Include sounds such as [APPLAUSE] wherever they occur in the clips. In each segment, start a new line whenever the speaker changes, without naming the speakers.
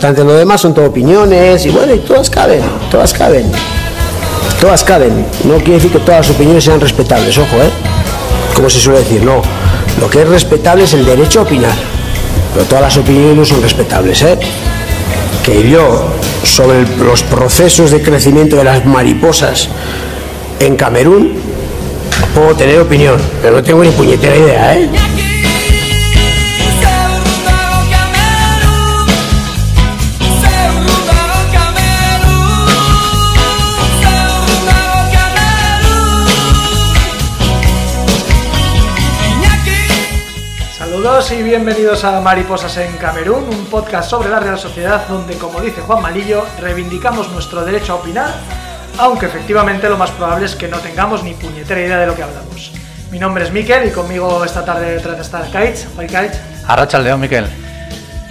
Tanto lo demás son todo opiniones y bueno, y todas caben, todas caben. Todas caben. No quiere decir que todas las opiniones sean respetables, ojo, ¿eh? Como se suele decir, no. Lo que es respetable es el derecho a opinar. Pero todas las opiniones no son respetables, ¿eh? Que yo, sobre el- los procesos de crecimiento de las mariposas en Camerún, puedo tener opinión, pero no tengo ni puñetera idea, ¿eh?
Saludos y bienvenidos a Mariposas en Camerún, un podcast sobre la Real Sociedad donde, como dice Juan Malillo, reivindicamos nuestro derecho a opinar, aunque efectivamente lo más probable es que no tengamos ni puñetera idea de lo que hablamos. Mi nombre es Miquel y conmigo esta tarde trata de estar Kites. Hoy Kites.
Arracha el león, Miquel.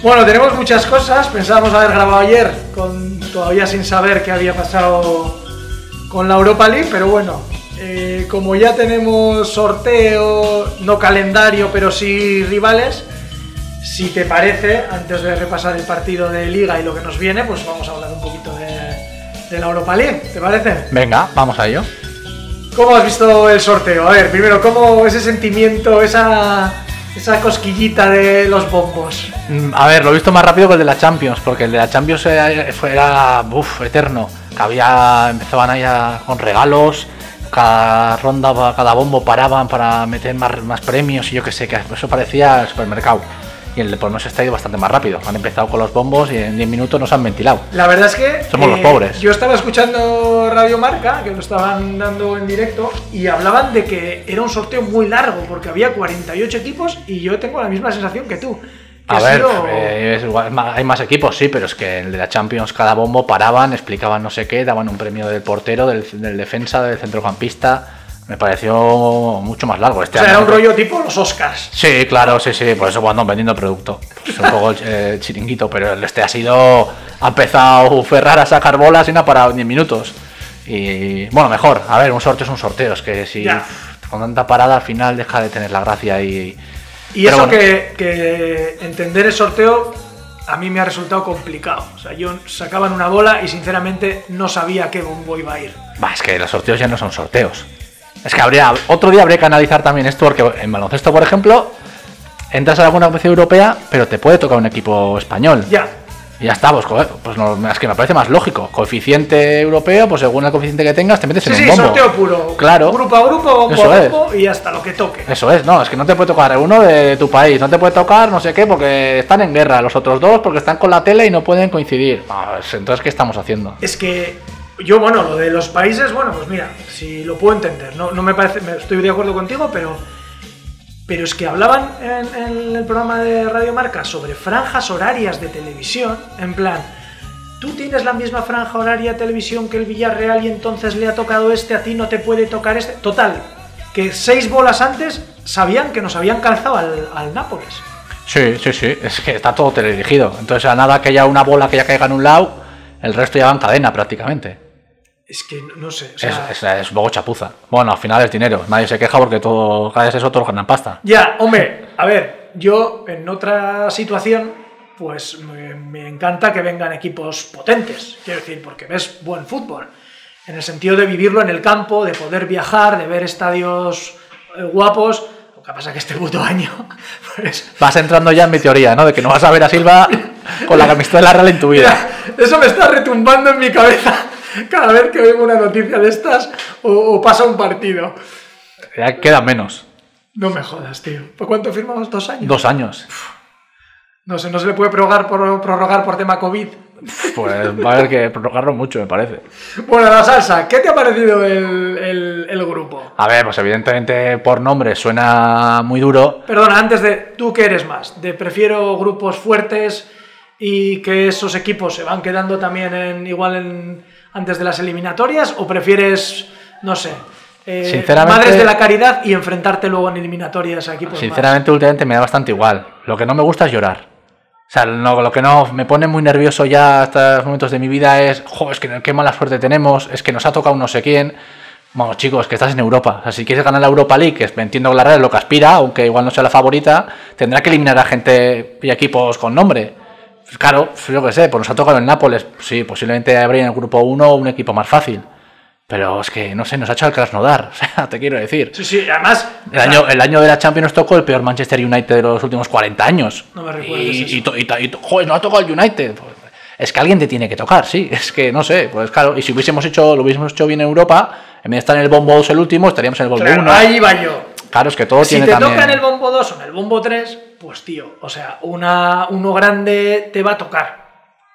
Bueno, tenemos muchas cosas. Pensábamos haber grabado ayer, con, todavía sin saber qué había pasado con la Europa League, pero bueno, eh, como ya tenemos sorteo, no calendario, pero sí rivales, si te parece, antes de repasar el partido de Liga y lo que nos viene, pues vamos a hablar un poquito de, de la Europa League, ¿te parece?
Venga, vamos a ello.
¿Cómo has visto el sorteo? A ver, primero, ¿cómo ese sentimiento, esa, esa cosquillita de los bombos?
Mm, A ver, lo he visto más rápido que el de la Champions, porque el de la Champions era, fue- era, buf, eterno. Que había, empezaban ahí a- con regalos, cada ronda, pa- cada bombo paraban para meter más, más premios y yo qué sé, que eso parecía el supermercado. Y el de Polnos está ido bastante más rápido. Han empezado con los bombos y en 10 minutos nos han ventilado.
La verdad es que. eh,
Somos los pobres.
Yo estaba escuchando Radio Marca, que lo estaban dando en directo, y hablaban de que era un sorteo muy largo, porque había 48 equipos y yo tengo la misma sensación que tú. que
A
ha
ver,
sido-
eh, es igual, es ma- hay más equipos, sí, pero es que el de la Champions cada bombo paraban, explicaban no sé qué, daban un premio del portero, del, del defensa, del centrocampista. Me pareció mucho más largo
o
este
sea,
año.
era un rollo tipo los Oscars.
Sí, claro, sí, sí, por eso cuando vendiendo producto. Es un poco eh, chiringuito, pero el este ha sido. Ha empezado Ferrar a sacar bolas y no ha parado 10 minutos. Y bueno, mejor. A ver, un sorteo es un sorteo, es que si
Ya.
con tanta parada al final deja de tener la gracia y.
Y
Pero
eso
bueno.
que, que entender el sorteo a mí me ha resultado complicado. O sea, yo sacaban una bola y sinceramente no sabía a qué bombo iba a ir.
Bah, es que los sorteos ya no son sorteos. Es que habría. Otro día habría que analizar también esto, porque en baloncesto, por ejemplo, entras a alguna competición europea, pero te puede tocar un equipo español.
Ya,
Y ya está, pues, joder, pues no- es que me parece más lógico. Coeficiente europeo, pues según el coeficiente que tengas, te metes
sí,
en un
sí,
bombo.
sorteo puro.
Claro.
Grupo a grupo, bombo
Eso
a
es.
grupo y hasta lo que toque.
Eso es, no, es que no te puede tocar uno de tu país, no te puede tocar no sé qué porque están en guerra, los otros dos porque están con la tele y no pueden coincidir. Ah, pues, entonces, ¿qué estamos haciendo?
Es que yo, bueno, lo de los países, bueno, pues mira, si lo puedo entender, no, no me parece, me- estoy de acuerdo contigo, pero, pero es que hablaban en, en el programa de Radio Marca sobre franjas horarias de televisión, en plan, tú tienes la misma franja horaria de televisión que el Villarreal y entonces le ha tocado este, a ti no te puede tocar este. Total, que seis bolas antes sabían que nos habían calzado al, al Nápoles.
Sí, sí, sí, es que está todo teledirigido. Entonces, a nada que haya una bola que ya caiga en un lado, el resto ya va en cadena prácticamente.
Es que no, no sé. o
Es,
sea-
es, es un poco chapuza. Bueno, al final es dinero, nadie se queja porque todo, cada vez eso todos ganan pasta.
Ya, hombre, a ver, yo en otra situación, pues me, me encanta que vengan equipos potentes, quiero decir, porque ves buen fútbol, en el sentido de vivirlo en el campo, de poder viajar, de ver estadios eh, guapos, lo que pasa que este puto año, [LAUGHS] pues,
Vas entrando ya en mi teoría, ¿no? De que no vas a ver a Silva con la camiseta de la Real en tu vida.
mira, [LAUGHS] eso me está retumbando en mi cabeza cada vez que oigo una noticia de estas o, o pasa un partido.
Ya quedan menos.
No me jodas, tío. ¿Por cuánto firmamos? ¿Dos años?
Dos años.
No sé, no se le puede prorrogar por, prorrogar por tema COVID.
Pues va a haber que prorrogarlo mucho, me parece.
Bueno, la salsa, ¿qué te ha parecido el, el- el grupo?
A ver, pues evidentemente por nombre suena muy duro.
Perdona, antes de tú qué eres más, de prefiero grupos fuertes y que esos equipos se van quedando también en, igual en, antes de las eliminatorias o prefieres, no sé, eh,
Sinceramente-
Madres de la Caridad y enfrentarte luego en eliminatorias a equipos más?
Sinceramente, últimamente me da bastante igual. Lo que no me gusta es llorar. O sea, no- lo que no me pone muy nervioso ya hasta los momentos de mi vida es, jo, es que qué mala suerte tenemos, es que nos ha tocado no sé quién. Vamos, chicos, que estás en Europa. O sea, si quieres ganar la Europa League, que me entiendo que la Real es lo que aspira, aunque igual no sea la favorita, tendrá que eliminar a gente y equipos con nombre. Claro, yo qué sé, pues nos ha tocado el Nápoles. Sí, posiblemente habría en el grupo 1 un equipo más fácil. Pero es que, no sé, nos ha hecho el Krasnodar. [LAUGHS] O sea, te quiero decir.
Sí, sí, además.
El año, el año de la Champions nos tocó el peor Manchester United de los últimos 40 años.
No me recuerdes
y,
eso.
y to- y ta- y to- joder, no ha tocado el United. Pues, Es que alguien te tiene que tocar, sí. Es que, no sé, pues claro. Y si hubiésemos hecho, lo hubiésemos hecho bien en Europa, en vez de estar en el bombo 2 el último, estaríamos en el bombo 1.
Claro, ahí va yo.
Claro, es que todo
Si
tiene
te
también...
toca en el bombo 2 o en el bombo 3, pues tío, o sea, una, uno grande te va a tocar.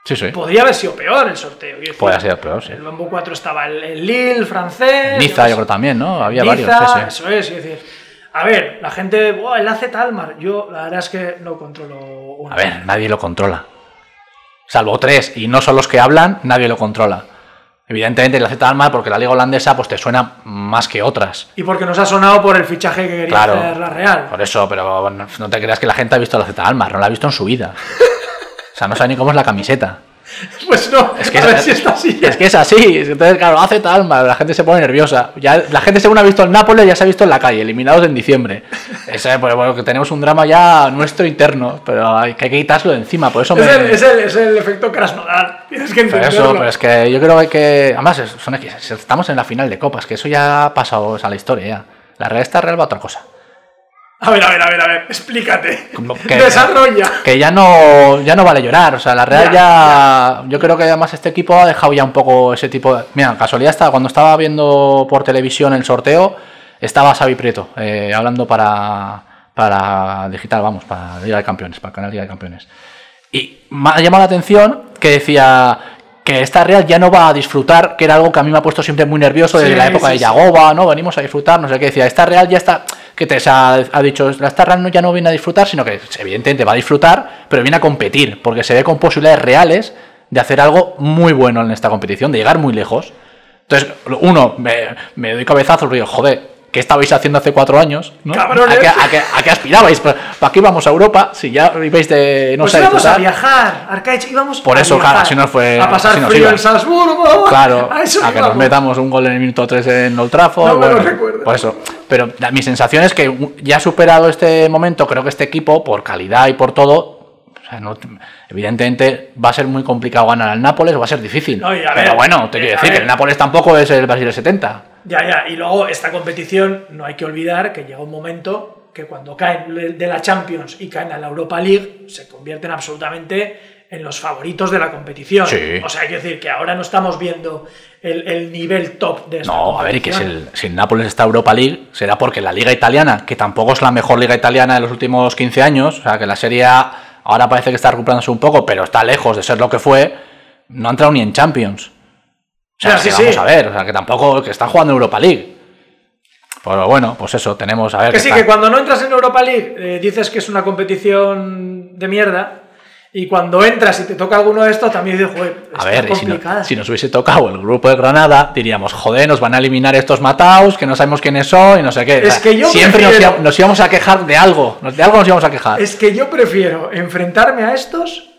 Sí, sí.
Podría haber sido peor el sorteo. quiero decir.
Podría ser peor, sí.
El bombo 4 estaba el, el Lille, francés.
Niza,
no sé.
yo creo también, ¿no? Había
pues Niza,
varios, sí, sí.
Eso es, es decir, a ver, la gente, "Buah, el hace tal mar. Yo la verdad es que no controlo una.
A ver, nadie lo controla. Salvo tres, y no son los que hablan, nadie lo controla. Evidentemente la Z mal porque la liga holandesa pues te suena más que otras.
Y porque nos ha sonado por el fichaje que quería
Claro.
hacer la Real.
Por eso, pero bueno, no te creas que la gente ha visto la Z Almar, no la ha visto en su vida. O sea, no sabe ni cómo es la camiseta.
Pues no,
Es
[LAUGHS]
que
a ver si está así.
Es que es así. Entonces, claro, hace tal mal, la gente se pone nerviosa. Ya, la gente según ha visto el Nápoles ya se ha visto en la calle, eliminados en diciembre. Eso es, pues, bueno, que tenemos un drama ya nuestro interno, pero hay que, hay que quitárselo de encima. Por eso
Es
me-
el, es el- es el efecto Krasnodar. Tienes que
Pero
entenderlo.
eso, pero es que yo creo que hay que. Además, es- son X. Estamos en la final de copas, que eso ya ha pasado o sea, la historia. ya. La Real está real va a otra cosa.
A ver, a ver, a ver, a ver, explícate.
Como que-
Desarrolla.
Que ya no, ya no vale llorar. O sea, la Real
Ya,
ya. Yo creo que además este equipo ha dejado ya un poco ese tipo de. Mira, casualidad estaba cuando estaba viendo por televisión el sorteo, estaba Xavi Prieto eh, hablando para, para Digital, vamos, para Liga de Campeones, para el canal Liga de Campeones. Y me ha llamado la atención que decía que esta Real ya no va a disfrutar, que era algo que a mí me ha puesto siempre muy nervioso desde
Sí,
la época
sí,
de
sí.
Yagoba, ¿no? Venimos a disfrutar, no sé qué decía. Esta Real ya está, que te se ha, ha dicho, la esta Real no- ya no viene a disfrutar, sino que evidentemente va a disfrutar, pero viene a competir, porque se ve con posibilidades reales de hacer algo muy bueno en esta competición, de llegar muy lejos. Entonces, uno, me, me doy cabezazos porque digo, joder, ¿qué estabais haciendo hace cuatro años? ¿no?
Cabrones.
¿A qué, a qué- a qué aspirabais? ¿Para para qué íbamos a Europa si ya ibais de, no
pues
sé,
íbamos a
disfrutar?
viajar, Arcaich, íbamos
Por
a
eso,
viajar,
claro, así nos fue-
A pasar
así nos
frío
iba.
en Salzburgo.
Claro,
[LAUGHS] a
a,
eso
que nos
íbamos.
metamos un gol en el minuto 3 en Old Trafford.
No me lo
bueno,
recuerdes.
por eso. Pero la- mi sensación es que u- ya superado este momento, creo que este equipo, por calidad y por todo, o sea, no- evidentemente va a ser muy complicado ganar al Nápoles o va a ser difícil.
No, y a
pero
ver,
bueno, te
eh,
quiero
a
decir que
ver.
el Nápoles tampoco es el Brasil del 70.
Ya, ya. Y luego esta competición, no hay que olvidar que llega un momento que cuando caen le- de la Champions y caen a la Europa League, se convierten absolutamente en los favoritos de la competición.
Sí.
O sea, hay que decir que ahora no estamos viendo el, el nivel top de esta
No, a ver, y que si
competición.
el, si el Nápoles está Europa League, será porque la Liga Italiana, que tampoco es la mejor Liga Italiana de los últimos 15 años, o sea, que la Serie A ahora parece que está recuperándose un poco, pero está lejos de ser lo que fue, no ha entrado ni en Champions. O
Ya,
sea, que
sí,
vamos
sí.
a ver, o sea, que tampoco, que están jugando Europa League. Pero bueno, pues eso, tenemos, a ver.
Que sí,
está-
que cuando no entras en Europa League eh, dices que es una competición de mierda. Y cuando entras y te toca alguno de estos, también dices, joder,
A
está
ver, y si, no-
complicada.
si nos hubiese tocado el grupo de Granada, diríamos, joder, nos van a eliminar estos mataos, que no sabemos quiénes son y no sé qué.
Es que yo
Siempre nos,
prefiero-
ia- nos íbamos a quejar de algo, nos- de algo nos íbamos a quejar.
Es que yo prefiero enfrentarme a estos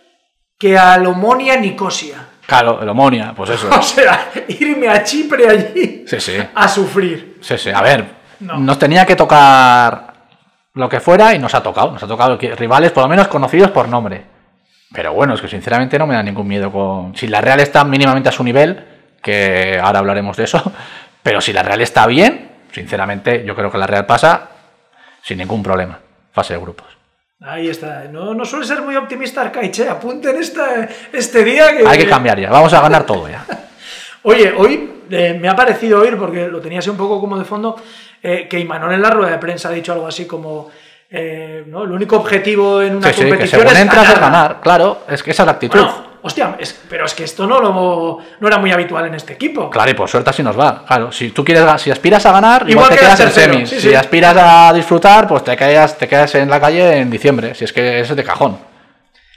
que a la Omonia Nicosia.
Claro, el Omonia,
[LAUGHS]
pues eso.
O sea, irme a Chipre allí
Sí, sí.
a sufrir.
Sí, sí. A ver,
No.
nos tenía que tocar lo que fuera y nos ha tocado. Nos ha tocado que- rivales, por lo menos conocidos por nombre. Pero bueno, es que sinceramente no me da ningún miedo con. Si la Real está mínimamente a su nivel, que ahora hablaremos de eso. [LAUGHS] Pero si la Real está bien, sinceramente yo creo que la Real pasa sin ningún problema. Fase de grupos.
Ahí está. No, no suele ser muy optimista Arcaiche. Apunten esta, este día que...
Hay que cambiar ya. Vamos a ganar
[LAUGHS]
todo ya.
Oye, hoy eh, me ha parecido oír, porque lo tenía así un poco como de fondo, eh, que Imanol en la rueda de prensa ha dicho algo así como... eh, ¿no? El único objetivo en una
Sí, sí, que
competición
según
es
entras es
ganar.
ganar. Claro, es que esa es la actitud.
Bueno, hostia, es- pero es que esto no, lo, no era muy habitual en este equipo.
Claro, y por suerte así nos va. Claro, si tú quieres, ga- si aspiras a ganar, igual,
Igual
te
quedas
quedas en
tercero,
semis.
sí,
si
sí.
aspiras a disfrutar, pues te quedas, te quedas en la calle en diciembre. Si es que eso es de cajón.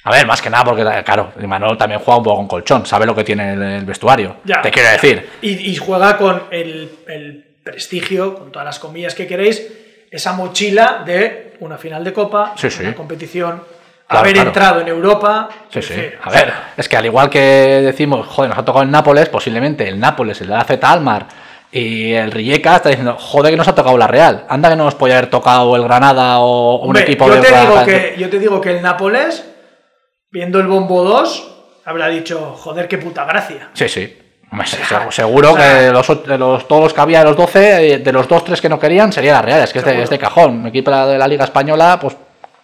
A ver, más que nada porque, claro, Manuel también juega un poco con colchón, sabe lo que tiene el, el vestuario.
Ya,
te quiero
ya.
decir.
Y, y juega con el, el prestigio, con todas las comillas que queréis, esa mochila de una final de Copa,
Sí, sí.
una competición,
Claro,
haber
claro.
entrado en Europa.
Sí,
en
sí.
fin,
A ver, es que al igual que decimos, joder, nos ha tocado el Nápoles, posiblemente el Nápoles, el AZ Almar y el Rijeka está diciendo, joder, que nos ha tocado la Real. Anda que no nos podía haber tocado el Granada o un
hombre,
equipo
yo
de
te
otra-
digo que Yo te digo que el Nápoles viendo el bombo 2, habrá dicho, joder, qué puta gracia.
Sí, sí. Hombre, se- se- Seguro que los, ot- de los- todos los que había de los 12, eh, de los 2, 3 que no querían, sería la Real. Es que es de,
Seguro.
es de cajón. Un equipo de la Liga Española, pues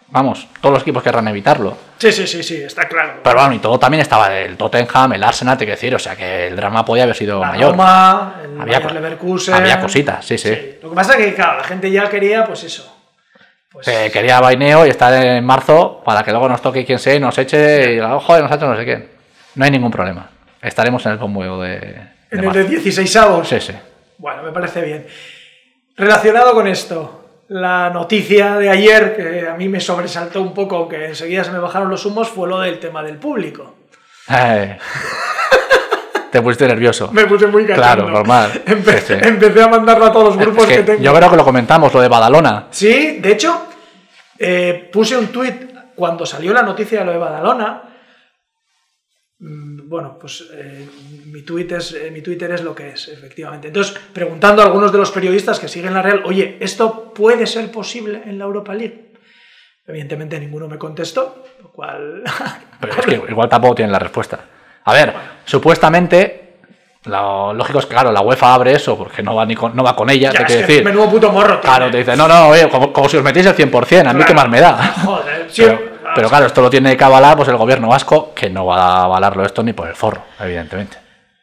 vamos, todos los equipos querrán evitarlo.
Sí, sí, sí, sí, está claro.
Pero bueno, y todo también estaba el Tottenham, el Arsenal, te quiero decir. O sea que el drama podía haber sido
La
mayor.
Roma, el
Había
Bayer
co-
Leverkusen.
había cositas, sí, sí.
Lo que pasa es que, claro, la gente ya quería, pues eso. Pues,
Se quería vaineo y estar en marzo para que luego nos toque quien sea y nos eche y diga, "Oh, joder, nos ha hecho no sé quién. No hay ningún problema. Estaremos en el convoy de, de
en el
marzo.
de 16 avos.
Sí, [LAUGHS] sí.
Bueno, me parece bien. Relacionado con esto, la noticia de ayer que a mí me sobresaltó un poco, aunque enseguida se me bajaron los humos, fue lo del tema del público.
Ay. Te pusiste nervioso.
Me puse muy cachondo.
Claro, normal.
[LAUGHS] Empe-
Sí, sí.
Empecé a mandarla a todos los
Es
grupos
que
que, tengo.
Yo creo que lo comentamos, lo de Badalona.
Sí, de hecho, eh, puse un tuit cuando salió la noticia de lo de Badalona. Mm, Bueno, pues eh, mi, tuit es, eh, mi Twitter es lo que es, efectivamente. Entonces, preguntando a algunos de los periodistas que siguen la Real, oye, ¿esto puede ser posible en la Europa League? Evidentemente ninguno me contestó, lo cual... [LAUGHS]
Pero es que igual tampoco tienen la respuesta. A ver, supuestamente, lo lógico es que, claro, la UEFA abre eso porque no va, ni con, no va con ella.
Ya,
te
es
quiero
que
decir.
menudo puto morro. tiene.
Claro, te dice, no, no, oye, como, como si os metéis el 100%, a mí
Claro.
qué más me da.
[LAUGHS] Joder, sí, Ah,
pero, pero claro, esto lo tiene que avalar pues, el gobierno vasco, que no va a avalarlo esto ni por el forro, evidentemente.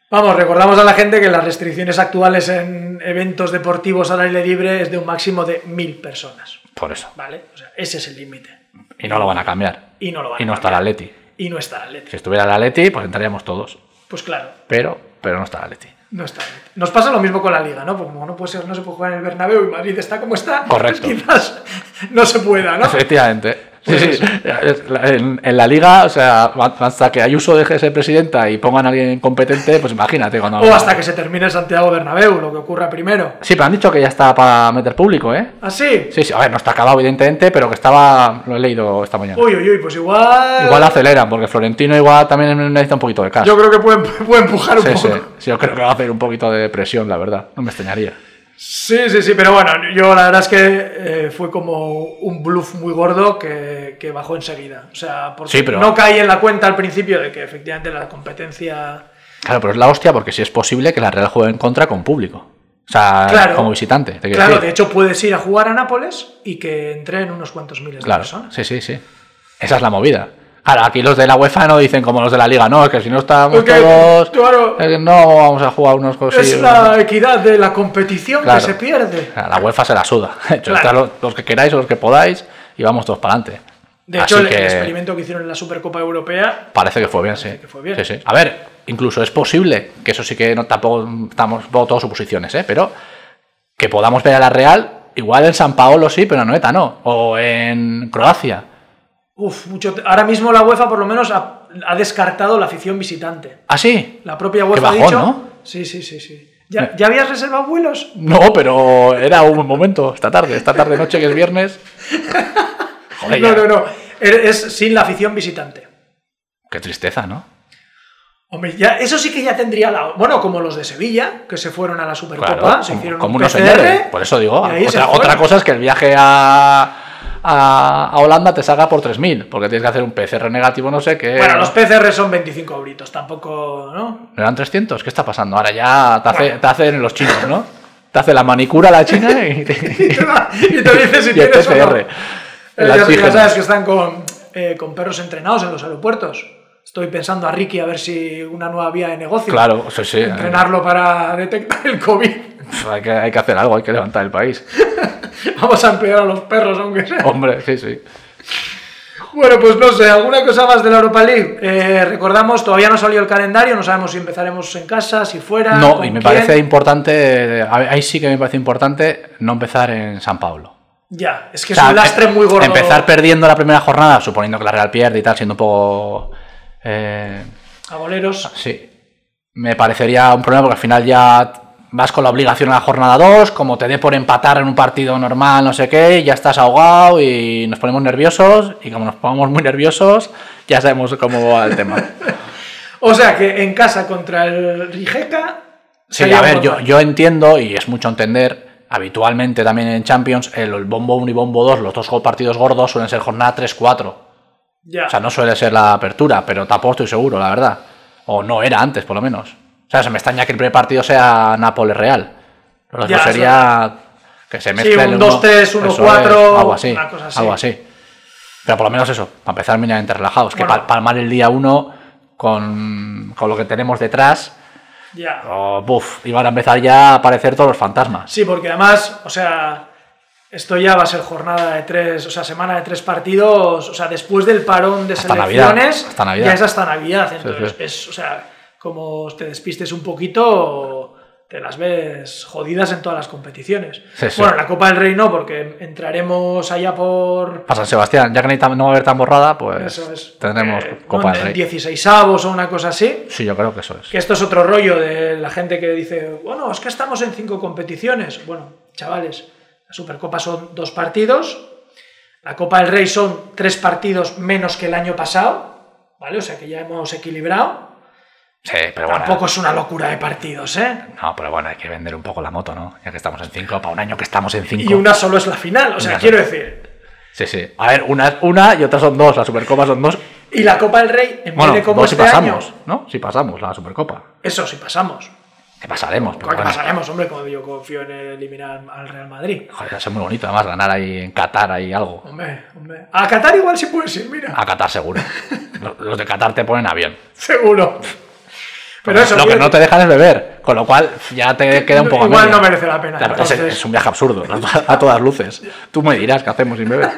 Vamos, recordamos a la gente que las restricciones actuales en eventos deportivos al aire libre es de un máximo de mil personas.
Por eso.
¿Vale? O sea, ese es el límite.
Y no lo van a cambiar.
Y no lo van
Y no
a
está el
cambiar.
Atleti.
Y no está el Atleti.
Si estuviera el Atleti, pues entraríamos todos.
Pues claro,
Pero, pero no está el Atleti.
no está el Atleti. Nos pasa lo mismo con la Liga, ¿no? Porque Como no, puede ser, no se puede jugar en el Bernabéu y Madrid está como está,
Correcto.
pues [LAUGHS] quizás no se pueda, ¿no?
[LAUGHS] Efectivamente. Sí,
Pues
sí. Es la- En, en la liga, o sea, hasta que Ayuso deje de ser presidenta y pongan a alguien competente, pues imagínate cuando...
O hasta que se termine el Santiago Bernabéu, lo que ocurra primero. ¿Ah,
Sí, pero han dicho que ya está para meter público, ¿eh?
¿Así?
Sí, sí, a ver, no está acabado, evidentemente, pero que estaba. Lo he leído esta mañana.
Uy, uy, uy, pues igual...
Igual aceleran, porque Florentino igual también necesita un poquito de cash.
Yo creo que [LAUGHS] puede, puede empujar un
sí, sí,
poco.
sí, yo creo que va a hacer un poquito de presión, la verdad. No me extrañaría.
Sí, sí, sí, pero bueno, yo la verdad es que eh, fue como un bluff muy gordo que, que bajó enseguida. O sea, porque
Sí, pero-
no caí en la cuenta al principio de que efectivamente la competencia...
Claro, pero es la hostia, porque si es posible que la Real juegue en contra con público. O sea,
Claro.
como visitante. te quiero
Claro,
decir.
de hecho puedes ir a jugar a Nápoles y que entren unos cuantos miles de
Claro,
personas.
sí, sí, sí. Esa es la movida. Ahora, aquí los de la UEFA no dicen como los de la Liga, no, es que si no estamos
Porque,
todos.
claro.
eh, no vamos a jugar unos cosillos.
es la equidad de la competición
pues Claro.
que se pierde.
A la UEFA se la suda. [LAUGHS] De hecho,
Claro.
entrad los, los que queráis o los que podáis y vamos todos para adelante.
De
Así
hecho, el-
que
el experimento que hicieron en la Supercopa Europea...
parece que fue bien, sí.
que fue bien.
Sí, sí. A ver, incluso es posible, que eso sí que no, tampoco estamos todo todo suposiciones, ¿eh? pero que podamos ver a la Real, igual en San Paolo sí, pero en Noeta no, o en Croacia.
Uf, mucho... Ahora mismo la UEFA por lo menos ha- ha descartado la afición visitante.
¿Ah, sí?
La propia UEFA
bajón,
ha dicho.
¿no? Eh.
Sí, sí, sí, sí. ¿Ya, ya habías reservado vuelos?
No, pero era un buen momento, esta tarde, esta tarde noche que
[LAUGHS]
es viernes. Joder, ya.
No, no, no. Es es sin la afición visitante.
qué tristeza, ¿no?
Hombre, ya, eso sí que ya tendría la. Bueno, como los de Sevilla, que se fueron a la Supercopa,
Claro,
se
como-
hicieron
como
un
unos
PCR,
señores. Por eso digo,
¿eh? y ahí se
otra,
fueron.
otra cosa es que el viaje a, a, a Holanda te salga por 3.000, porque tienes que hacer un PCR negativo, no sé qué.
Bueno, los PCR son 25 euritos, tampoco, ¿no?
¿No eran 300? ¿Qué está pasando? Ahora ya te, hace-
Bueno.
te hacen los chinos, ¿no? Te hace la manicura la
[LAUGHS]
china [LAUGHS] y te,
Y te, da- y te dice si
y el
tienes o no.
PCR.
Eh,
El
ya- ya
antígeno.
sabes que están con, eh, con perros entrenados en los aeropuertos. Estoy pensando a Ricky a ver si una nueva vía de negocio.
Claro, sí, sí.
Entrenarlo para detectar el COVID.
Pf, Hay que, hay que hacer algo, hay que levantar el país.
[LAUGHS] Vamos a emplear a los perros, aunque sea.
Hombre, sí, sí.
Bueno, pues no sé, ¿alguna cosa más de la Europa League? Eh, recordamos, todavía no salió el calendario, no sabemos si empezaremos en casa, si fuera.
No,
Ah, con
y me
quién.
parece importante, eh, ahí sí que me parece importante no empezar en San Pablo.
Ya, es que
O sea,
es un lastre
em-
muy gordo.
Empezar perdiendo la primera jornada, suponiendo que la Real pierde y tal, siendo un poco. eh,
A boleros.
sí. Me parecería un problema porque al final ya vas con la obligación a la jornada 2, como te dé por empatar en un partido normal, no sé qué, ya estás ahogado y nos ponemos nerviosos. Y como nos ponemos muy nerviosos, ya sabemos cómo va el tema.
O sea que en casa contra el Rijeka.
Sí,
sería
a
un
ver, yo,
bombazo.
yo entiendo, y es mucho entender, habitualmente también en Champions, el, el bombo 1 y bombo 2, los dos go- partidos gordos suelen ser jornada 3-4.
Ya.
O sea, no suele ser la apertura, pero tampoco estoy seguro, la verdad. O no era antes, por lo menos. O sea, se me extraña que el primer partido sea Nápoles Real. Lo lógico
Ya,
sería que se mezcle
un
el
2-3,
uno-
1-4,
eso es, algo así,
una cosa así.
Algo así. Pero por lo menos eso, para empezar mínimamente relajados. Que
Bueno.
pa- palmar el día 1 con, con lo que tenemos detrás,
ya.
oh, buf, iban a empezar ya a aparecer todos los fantasmas.
Sí, porque además, o sea, esto ya va a ser jornada de tres, o sea, semana de tres partidos, o sea, después del parón de
Hasta Navidad,
selecciones,
hasta Navidad.
ya es hasta Navidad, entonces
sí.
es, o sea, como te despistes un poquito, te las ves jodidas en todas las competiciones.
Sí, sí.
Bueno, en la Copa del Rey no, porque entraremos allá por...
Para San Sebastián, ya que ni tam- no va a haber tan borrada, pues
Eso es.
tendremos
eh,
Copa
¿no?
del
en
Rey.
16avos o una cosa así.
Sí, yo creo que eso es.
Que esto es otro rollo de la gente que dice, bueno, es que estamos en cinco competiciones. Bueno, chavales, la Supercopa son dos partidos, la Copa del Rey son tres partidos menos que el año pasado, ¿vale? O sea que ya hemos equilibrado.
Sí, pero bueno.
Tampoco es una locura de partidos, ¿eh?
No, pero bueno, hay que vender un poco la moto, ¿no? Ya que estamos en 5, para un año que estamos en 5.
Y una solo es la final, o sea,
Una
quiero decir.
Sí, sí. A ver, una es una y otra son dos. La Supercopa son dos.
Y la Copa del Rey, en
Bueno,
vez de como
dos si
este año,
pasamos, ¿no? Si pasamos la Supercopa.
eso sí pasamos.
Que pasaremos, pero
Claro que
bueno.
pasaremos, hombre, como yo confío en eliminar al Real Madrid.
Joder, va a ser muy bonito además ganar ahí en Qatar, ahí algo.
Hombre, hombre. A Qatar igual sí puedes ir, mira.
A
[LAUGHS]
Qatar seguro. Los- Los de Qatar te ponen avión.
Seguro. Pero eso.
lo que
quiero
no te dejan es beber, con lo cual ya te queda un poco a
Igual
media.
no merece la pena,
Claro, es-
entonces.
es, un viaje absurdo, [LAUGHS] a todas luces. Tú me dirás qué hacemos
[LAUGHS]
sin beber.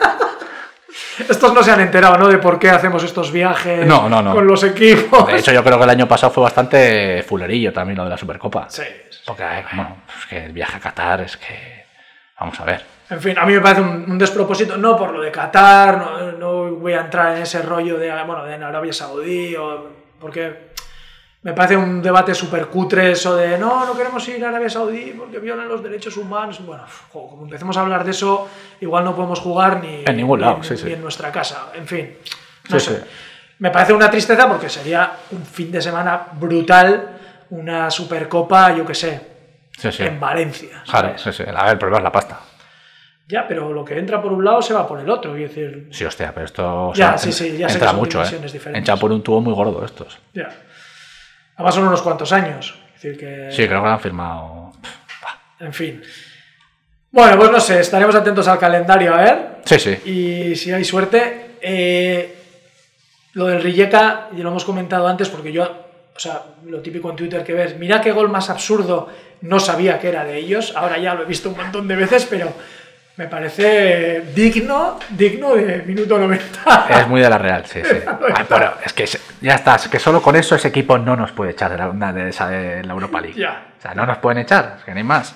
decir, Estos no se han enterado, ¿no? De por qué hacemos estos viajes
No, no, no.
con los equipos.
De hecho, yo creo que el año pasado fue bastante fulerillo también lo de la Supercopa.
Sí.
Porque, eh, bueno, es que el viaje a Qatar es que. Vamos a ver.
En fin, a mí me parece un, un despropósito, no por lo de Qatar, no, no voy a entrar en ese rollo de, bueno, de en Arabia Saudí, o, porque me parece un debate súper cutre eso de, no, no queremos ir a Arabia Saudí porque violan los derechos humanos. Bueno, jo, como empecemos a hablar de eso, igual no podemos jugar ni
En ningún lado,
ni-
sí, sí.
ni en nuestra casa. En fin, no
Sí,
sé.
sí.
Me parece una tristeza porque sería un fin de semana brutal, una supercopa, yo qué sé,
Sí, sí.
en Valencia.
Claro, sí, sí. A ver, el problema es la pasta.
Ya, pero lo que entra por un lado se va por el otro. Es decir,
Sí, hostia, pero esto. o
Ya,
sea,
sí, sí, ya sé
entra
que son
mucho, ¿eh?
dimensiones diferentes.
Entra por un tubo muy gordo estos.
ya. Además son unos cuantos años. Es decir, que.
Sí, creo que lo han firmado.
En fin. Bueno, pues no sé, estaremos atentos al calendario a ver.
Sí, sí.
Y si hay suerte. eh, lo del Rijeka, ya lo hemos comentado antes, porque yo. O sea, lo típico en Twitter que ves, mira qué gol más absurdo, no sabía que era de ellos. Ahora ya lo he visto un montón de veces, pero me parece digno, digno de minuto 90.
Es muy de la Real, sí,
[LAUGHS]
sí. Ay, pero es que se- ya está, es que solo con eso ese equipo no nos puede echar de la, una de esa de la Europa League.
Ya.
O sea, no nos pueden echar, es que ni más.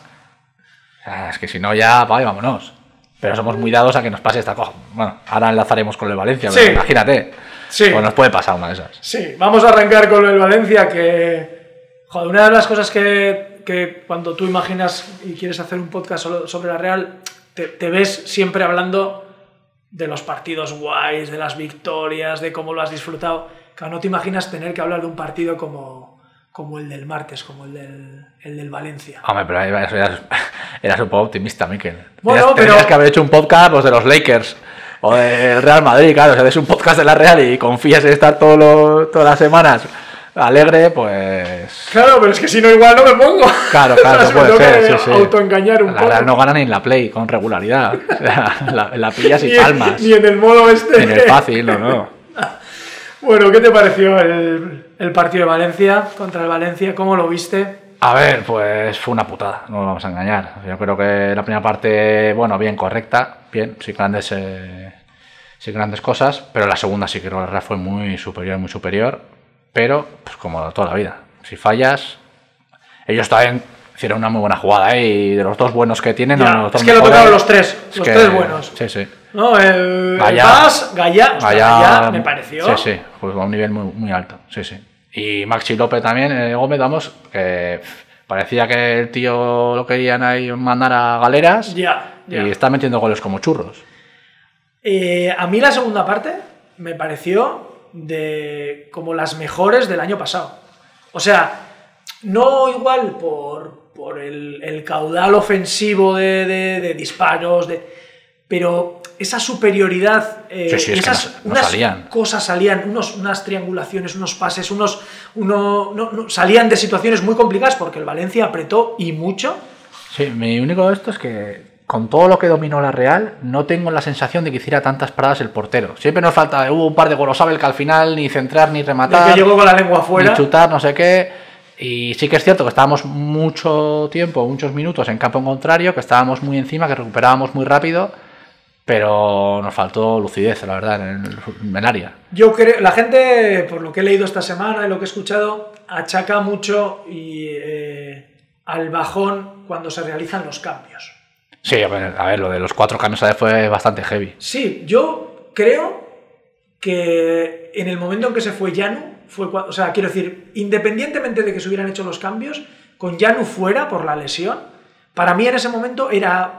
O sea, es que si no, ya, vale, vámonos. Pero somos muy dados a que nos pase esta cosa. Bueno, ahora enlazaremos con el Valencia, pero
Sí.
imagínate.
[LAUGHS] Sí.
Pues nos puede pasar una de esas.
Sí, vamos a arrancar con el Valencia, que joder, una de las cosas que, que cuando tú imaginas y quieres hacer un podcast solo- sobre la Real, te, te ves siempre hablando de los partidos guays, de las victorias, de cómo lo has disfrutado. Claro, no te imaginas tener que hablar de un partido como, como el del martes, como el del, el del Valencia.
Hombre, pero ahí va, eso ya es- [LAUGHS] eras un poco optimista, Miquel.
Bueno,
Tenías-
pero-
tenías que haber hecho un podcast pues, de los Lakers o del Real Madrid, claro. Si haces un podcast de la Real y confías en estar todos los- todas las semanas alegre, pues.
Claro, pero es que si no, igual no me pongo. [LAUGHS]
Claro, claro,
Entonces
no puede
me tengo
ser.
que
sí, sí.
autoengañar un
la
poco.
Real no gana ni en la Play con regularidad. [LAUGHS] O sea, la, la pillas
[LAUGHS]
y
Ni en-
palmas.
Ni en el modo este.
En el fácil, no, no.
Bueno, ¿qué te pareció el, el partido de Valencia contra el Valencia? ¿Cómo lo viste?
A ver, pues fue una putada, no nos vamos a engañar. Yo creo que la primera parte, bueno, bien correcta, bien, sin grandes, eh, sin grandes cosas, pero la segunda sí creo que la Real fue muy superior, muy superior, pero pues como toda la vida, si fallas, ellos también hicieron una muy buena jugada ¿eh? y de los dos buenos que tienen,
Ya,
no, los
es
dos
que lo
mejores,
tocaron los tres,
es
los
que-
tres buenos.
Sí, sí.
¿No? El,
Gallá.
Vas, Gallá, hostia,
Allá-
Gallá me pareció.
Sí, sí, pues a un nivel muy, muy alto. Sí, sí. Y Maxi López también, eh, Gómez, vamos, que pff, parecía que el tío lo querían ahí mandar a galeras
Ya, ya.
y está metiendo goles como churros.
Eh, a mí la segunda parte me pareció de como las mejores del año pasado. O sea, no igual por, por el, el caudal ofensivo de, de- de disparos, de, Pero esa superioridad, eh,
Sí, sí, es que
esas
no- no
unas
salían.
cosas salían, unos, unas triangulaciones, unos pases, unos, uno, no- no- salían de situaciones muy complicadas porque el Valencia apretó y mucho.
Sí, mi único de esto es que con todo lo que dominó la Real, no tengo la sensación de que hiciera tantas paradas el portero. Siempre nos falta, hubo un par de golosabel que al final ni centrar ni
De
rematar,
que llegó con la lengua afuera.
ni chutar, no sé qué. Y sí que es cierto que estábamos mucho tiempo, muchos minutos en campo en contrario, que estábamos muy encima, que recuperábamos muy rápido, pero nos faltó lucidez, la verdad, en el, en el área.
Yo creo, la gente, por lo que he leído esta semana y lo que he escuchado, achaca mucho y, eh, al bajón cuando se realizan los cambios.
Sí, a ver, a ver, lo de los cuatro cambios a la vez fue bastante heavy.
Sí, yo creo que en el momento en que se fue Yanu, fue cua- o sea, quiero decir, independientemente de que se hubieran hecho los cambios, con Yanu fuera por la lesión, para mí en ese momento era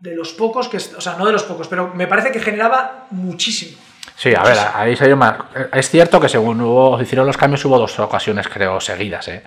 de los pocos que, est- o sea, no de los pocos, pero me parece que generaba muchísimo.
Sí, a ver, ahí se dio más. Es cierto que según hubo, hicieron los cambios, hubo dos ocasiones, creo, seguidas, ¿eh?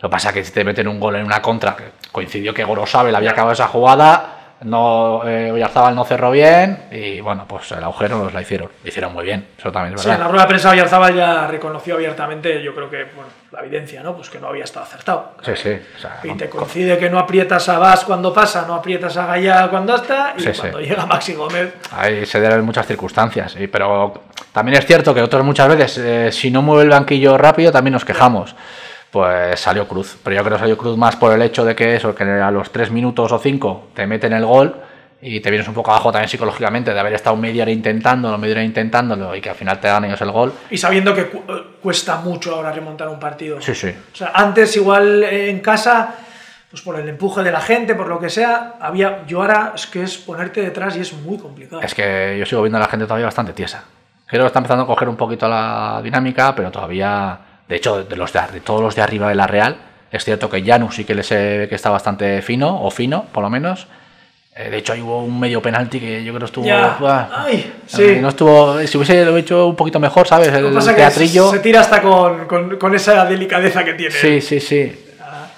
Lo que pasa es que si te meten un gol en una contra, que coincidió que Gorosabel había acabado esa jugada, no, eh, Oyarzábal no cerró bien, y bueno, pues el agujero nos la hicieron. Hicieron muy bien, eso también es
O sea, en la
verdad.
rueda de prensa Oyarzabal ya reconoció abiertamente, yo creo que, bueno, la evidencia, ¿no? Pues que no había estado acertado.
Sí, sí. o sea,
Y
con-
te coincide que no aprietas a Vas cuando pasa, no aprietas a Gallá cuando está, y
Sí, sí.
cuando llega Maxi Gómez,
Ahí se dieron muchas circunstancias, y- pero también es cierto que otras muchas veces, eh, si no mueve el banquillo rápido, también nos quejamos. Pues salió Cruz, pero yo creo que salió Cruz más por el hecho de que eso, que a los 3 minutos o 5 te meten el gol y te vienes un poco abajo también psicológicamente de haber estado media hora intentándolo, media hora intentándolo y que al final te dan ellos el gol.
y sabiendo que cu- eh, cuesta mucho ahora remontar un partido.
Sí, sí.
O sea, antes igual eh, en casa, pues por el empuje de la gente, por lo que sea, había. Yo ahora es que es ponerte detrás y es muy complicado.
Es que yo sigo viendo a la gente todavía bastante tiesa. Creo que está empezando a coger un poquito la dinámica, pero todavía. De hecho, de, los de, ar- de todos los de arriba de la Real, es cierto que Janus sí que le sé que está bastante fino, o fino, por lo menos. Eh, de hecho, ahí hubo un medio penalti que yo creo estuvo.
Ya.
Buah. eh,
Ay, sí.
No estuvo. Si hubiese hecho un poquito mejor, ¿sabes?
Lo que
El
pasa es que
teatrillo.
se tira hasta con, con- con esa delicadeza que tiene. Ah,
Sí, sí, sí.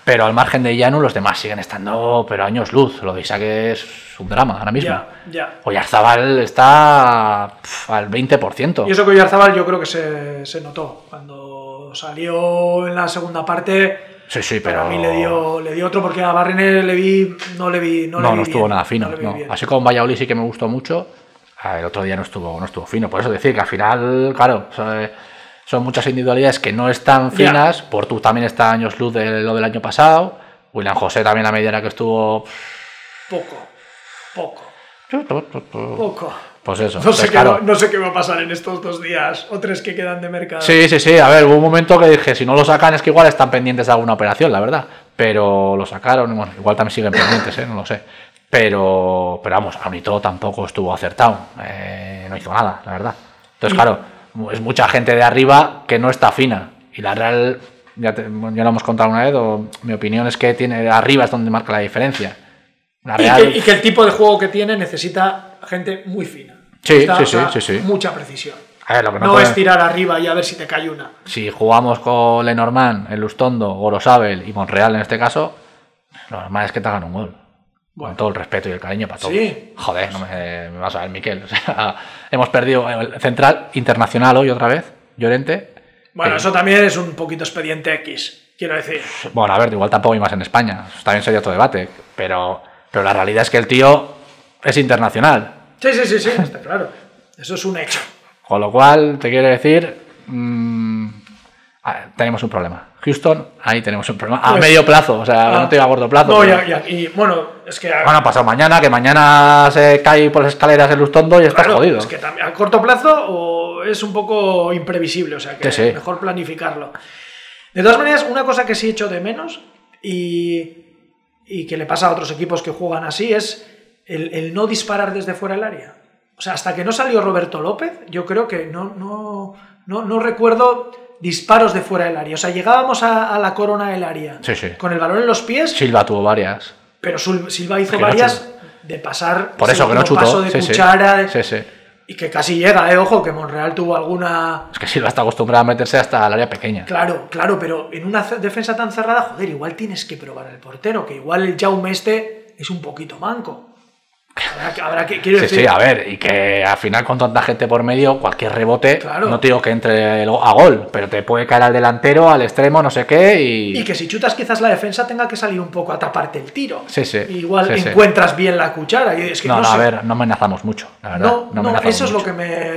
Pero al margen de Janus, los demás siguen estando, pero años luz. Lo de Isaac es un drama ahora mismo.
Ya, ya.
Oyarzabal está pf, al 20%.
Y eso que Oyarzabal yo creo que se, se notó. Cuando salió en la segunda parte,
Sí, sí,
pero
pero.
a mí le dio, le dio otro porque a Barrener le vi, no le vi. No,
No,
le vi
no estuvo
bien,
nada fino.
no le vi
no.
bien.
Así como Valladolid sí que me gustó mucho, ah, el otro día no estuvo, no estuvo fino. Por eso decir que al final, claro, son, son muchas individualidades que no están
Ya.
finas. por Portu también está a años luz de lo del año pasado. William José también a mediana que estuvo.
Poco, poco, poco.
Pues eso.
No sé,
pues
qué
claro.
va, no sé qué va a pasar en estos dos días o tres que quedan de mercado.
Sí, sí, sí. A ver, hubo un momento que dije, si no lo sacan es que igual están pendientes de alguna operación, la verdad. Pero lo sacaron, y bueno, igual también siguen pendientes, ¿eh? no lo sé. Pero, pero vamos, aún y todo tampoco estuvo acertado. Eh, no hizo nada, la verdad. Entonces, claro, mu- es mucha gente de arriba que no está fina. Y la Real, ya, te- bueno, ya lo hemos contado una vez, o mi opinión es que tiene arriba es donde marca la diferencia. La
Y
Real,
que, y que el tipo de juego que tiene necesita gente muy fina.
Sí,
Necesita,
sí, sí, sí, sí.
Mucha precisión.
a ver, lo que no
No
puede-
es tirar arriba y a ver si te cae una.
si jugamos con Lenormand, el Lustondo, Gorosabel y Monreal en este caso, lo normal es que te hagan un gol.
Bueno.
Con todo el respeto y el cariño para todos.
Sí.
Joder, no me, me vas a ver, Miquel. [LAUGHS] O sea, hemos perdido el central internacional hoy otra vez, Llorente.
Bueno,
Eh,
eso también es un poquito expediente X, quiero decir.
Bueno, a ver, igual tampoco hay más en España. Eso también sería otro debate. Pero, pero la realidad es que el tío es internacional.
Sí, sí, sí, sí, está claro. Eso es un hecho.
Con lo cual, te quiero decir, mm, ah, tenemos un problema. Houston, ahí tenemos un problema. A
Pues-
medio plazo, o sea, no te digo a gordo plazo.
No,
pero-
ya- ya- y bueno, es que a,
Van a pasar mañana, que mañana se cae por las escaleras el Lustondo y estás
claro,
jodido.
es que también a corto plazo o es un poco imprevisible, o sea que
Sí, sí.
mejor planificarlo. De todas maneras, una cosa que sí echo de menos y, y que le pasa a otros equipos que juegan así es el, el no disparar desde fuera del área. O sea, hasta que no salió Roberto López, yo creo que no, no, no, no recuerdo disparos de fuera del área. O sea, llegábamos a, a la corona del área
Sí, sí.
con el balón en los pies,
Silva tuvo varias.
pero Sul- Silva hizo
Que no
varias
chutó.
de pasar
Por
ese
eso que no
último
chutó.
paso de
sí, sí.
cuchara, de-
Sí, sí.
y que casi llega, ¿eh? Ojo, que Monreal tuvo alguna...
Es que Silva está acostumbrado a meterse hasta el área pequeña.
Claro, claro, pero en una ce- defensa tan cerrada, joder, igual tienes que probar al portero, que igual el Jaume este es un poquito manco. Habrá que, habrá que- quiero
Sí,
decir,
sí, a ver, y que al final con tanta gente por medio, cualquier rebote,
Claro.
no te digo que entre el- a gol, pero te puede caer al delantero, al extremo, no sé qué, y...
Y que si chutas quizás la defensa tenga que salir un poco a taparte el tiro.
Sí, sí,
Igual
sí, sí.
encuentras bien la cuchara. Y es que
no,
no,
no, a
sé.
ver, no amenazamos mucho, la verdad.
no, no,
amenazamos
eso es lo
mucho.
que me,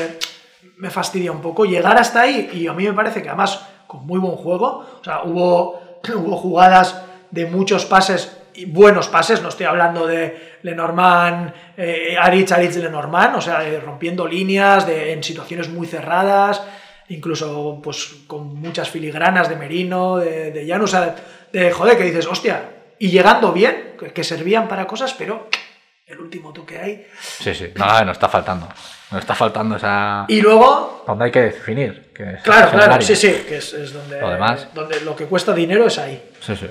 me fastidia un poco. Llegar hasta ahí, y a mí me parece que además con muy buen juego, o sea, hubo, [CLEARS THROAT] hubo jugadas de muchos pases y buenos pases, no estoy hablando de Lenormand, eh, Aritz, Aritz, Lenormand, o sea, de rompiendo líneas de, en situaciones muy cerradas, incluso pues con muchas filigranas de Merino, de, de Llano, o sea, de joder, que dices, hostia, y llegando bien, que, que servían para cosas, pero el último toque ahí.
Sí, sí, no, no, nos está faltando. Nos está faltando esa...
Y luego,
Donde hay que definir. Que es
Claro,
esa
claro,
área.
sí, sí, que es, es donde,
Lo demás.
donde lo que cuesta dinero es ahí.
Sí, sí.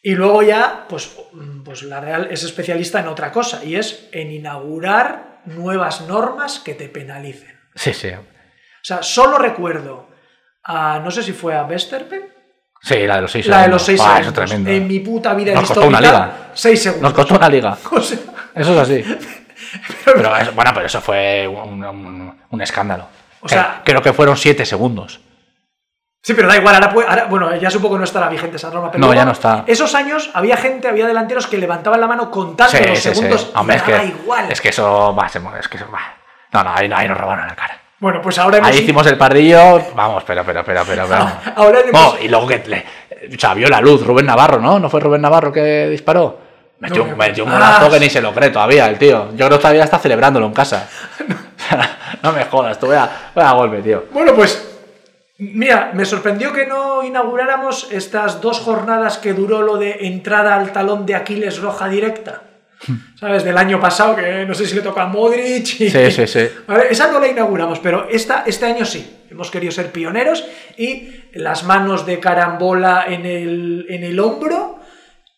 Y luego ya, pues, mm, pues la Real es especialista en otra cosa, y es en inaugurar nuevas normas que te penalicen.
Sí, sí.
O sea, solo recuerdo a, no sé si fue a Westerpen,
Sí, la de los seis
la de los
segundos.
6
Buah,
segundos.
Eso es tremendo.
En mi puta vida he
Nos
visto
costó una
pitar
liga.
seis segundos.
Nos costó una liga.
[LAUGHS] O sea,
Eso es así.
[LAUGHS]
Pero es- bueno, pero eso fue un, un- un escándalo.
O
Cre-
sea-
creo que fueron siete segundos.
Sí, pero da igual, ahora, puede- ahora- bueno, ya supongo que no estará vigente esa norma, pero
No,
luego,
ya no está.
Esos años había gente, había delanteros que levantaban la mano contando
Sí,
los
sí, sí.
segundos
Hombre,
y
es
daba
que,
igual.
es que eso va, se mo- es que eso va. No, no, ahí, no- ahí nos robaron la cara.
Bueno, pues ahora hemos,
Ahí hicimos el pardillo. Vamos, pero, pero, pero, pero, pero.
[LAUGHS] Ahora hemos-
No, y luego que le, o sea, vio la luz Rubén Navarro, ¿no? ¿No fue Rubén Navarro que disparó? Metió,
No,
un- metió un
ah,
golazo que
sí.
ni se lo cree todavía el tío. Yo creo que todavía está celebrándolo en
[LAUGHS]
casa. [LAUGHS] no me jodas, tú vea, vea golpe, tío.
Bueno, pues mira, me sorprendió que no inauguráramos estas dos jornadas que duró lo de entrada al talón de Aquiles roja
[LAUGHS]
directa. ¿Sabes? Del año pasado, que no sé si le toca a Modric. y-
Sí,
[LAUGHS]
sí, sí.
A ver, esa no la inauguramos, pero esta, este año sí. Hemos querido ser pioneros y las manos de carambola en el, en el hombro,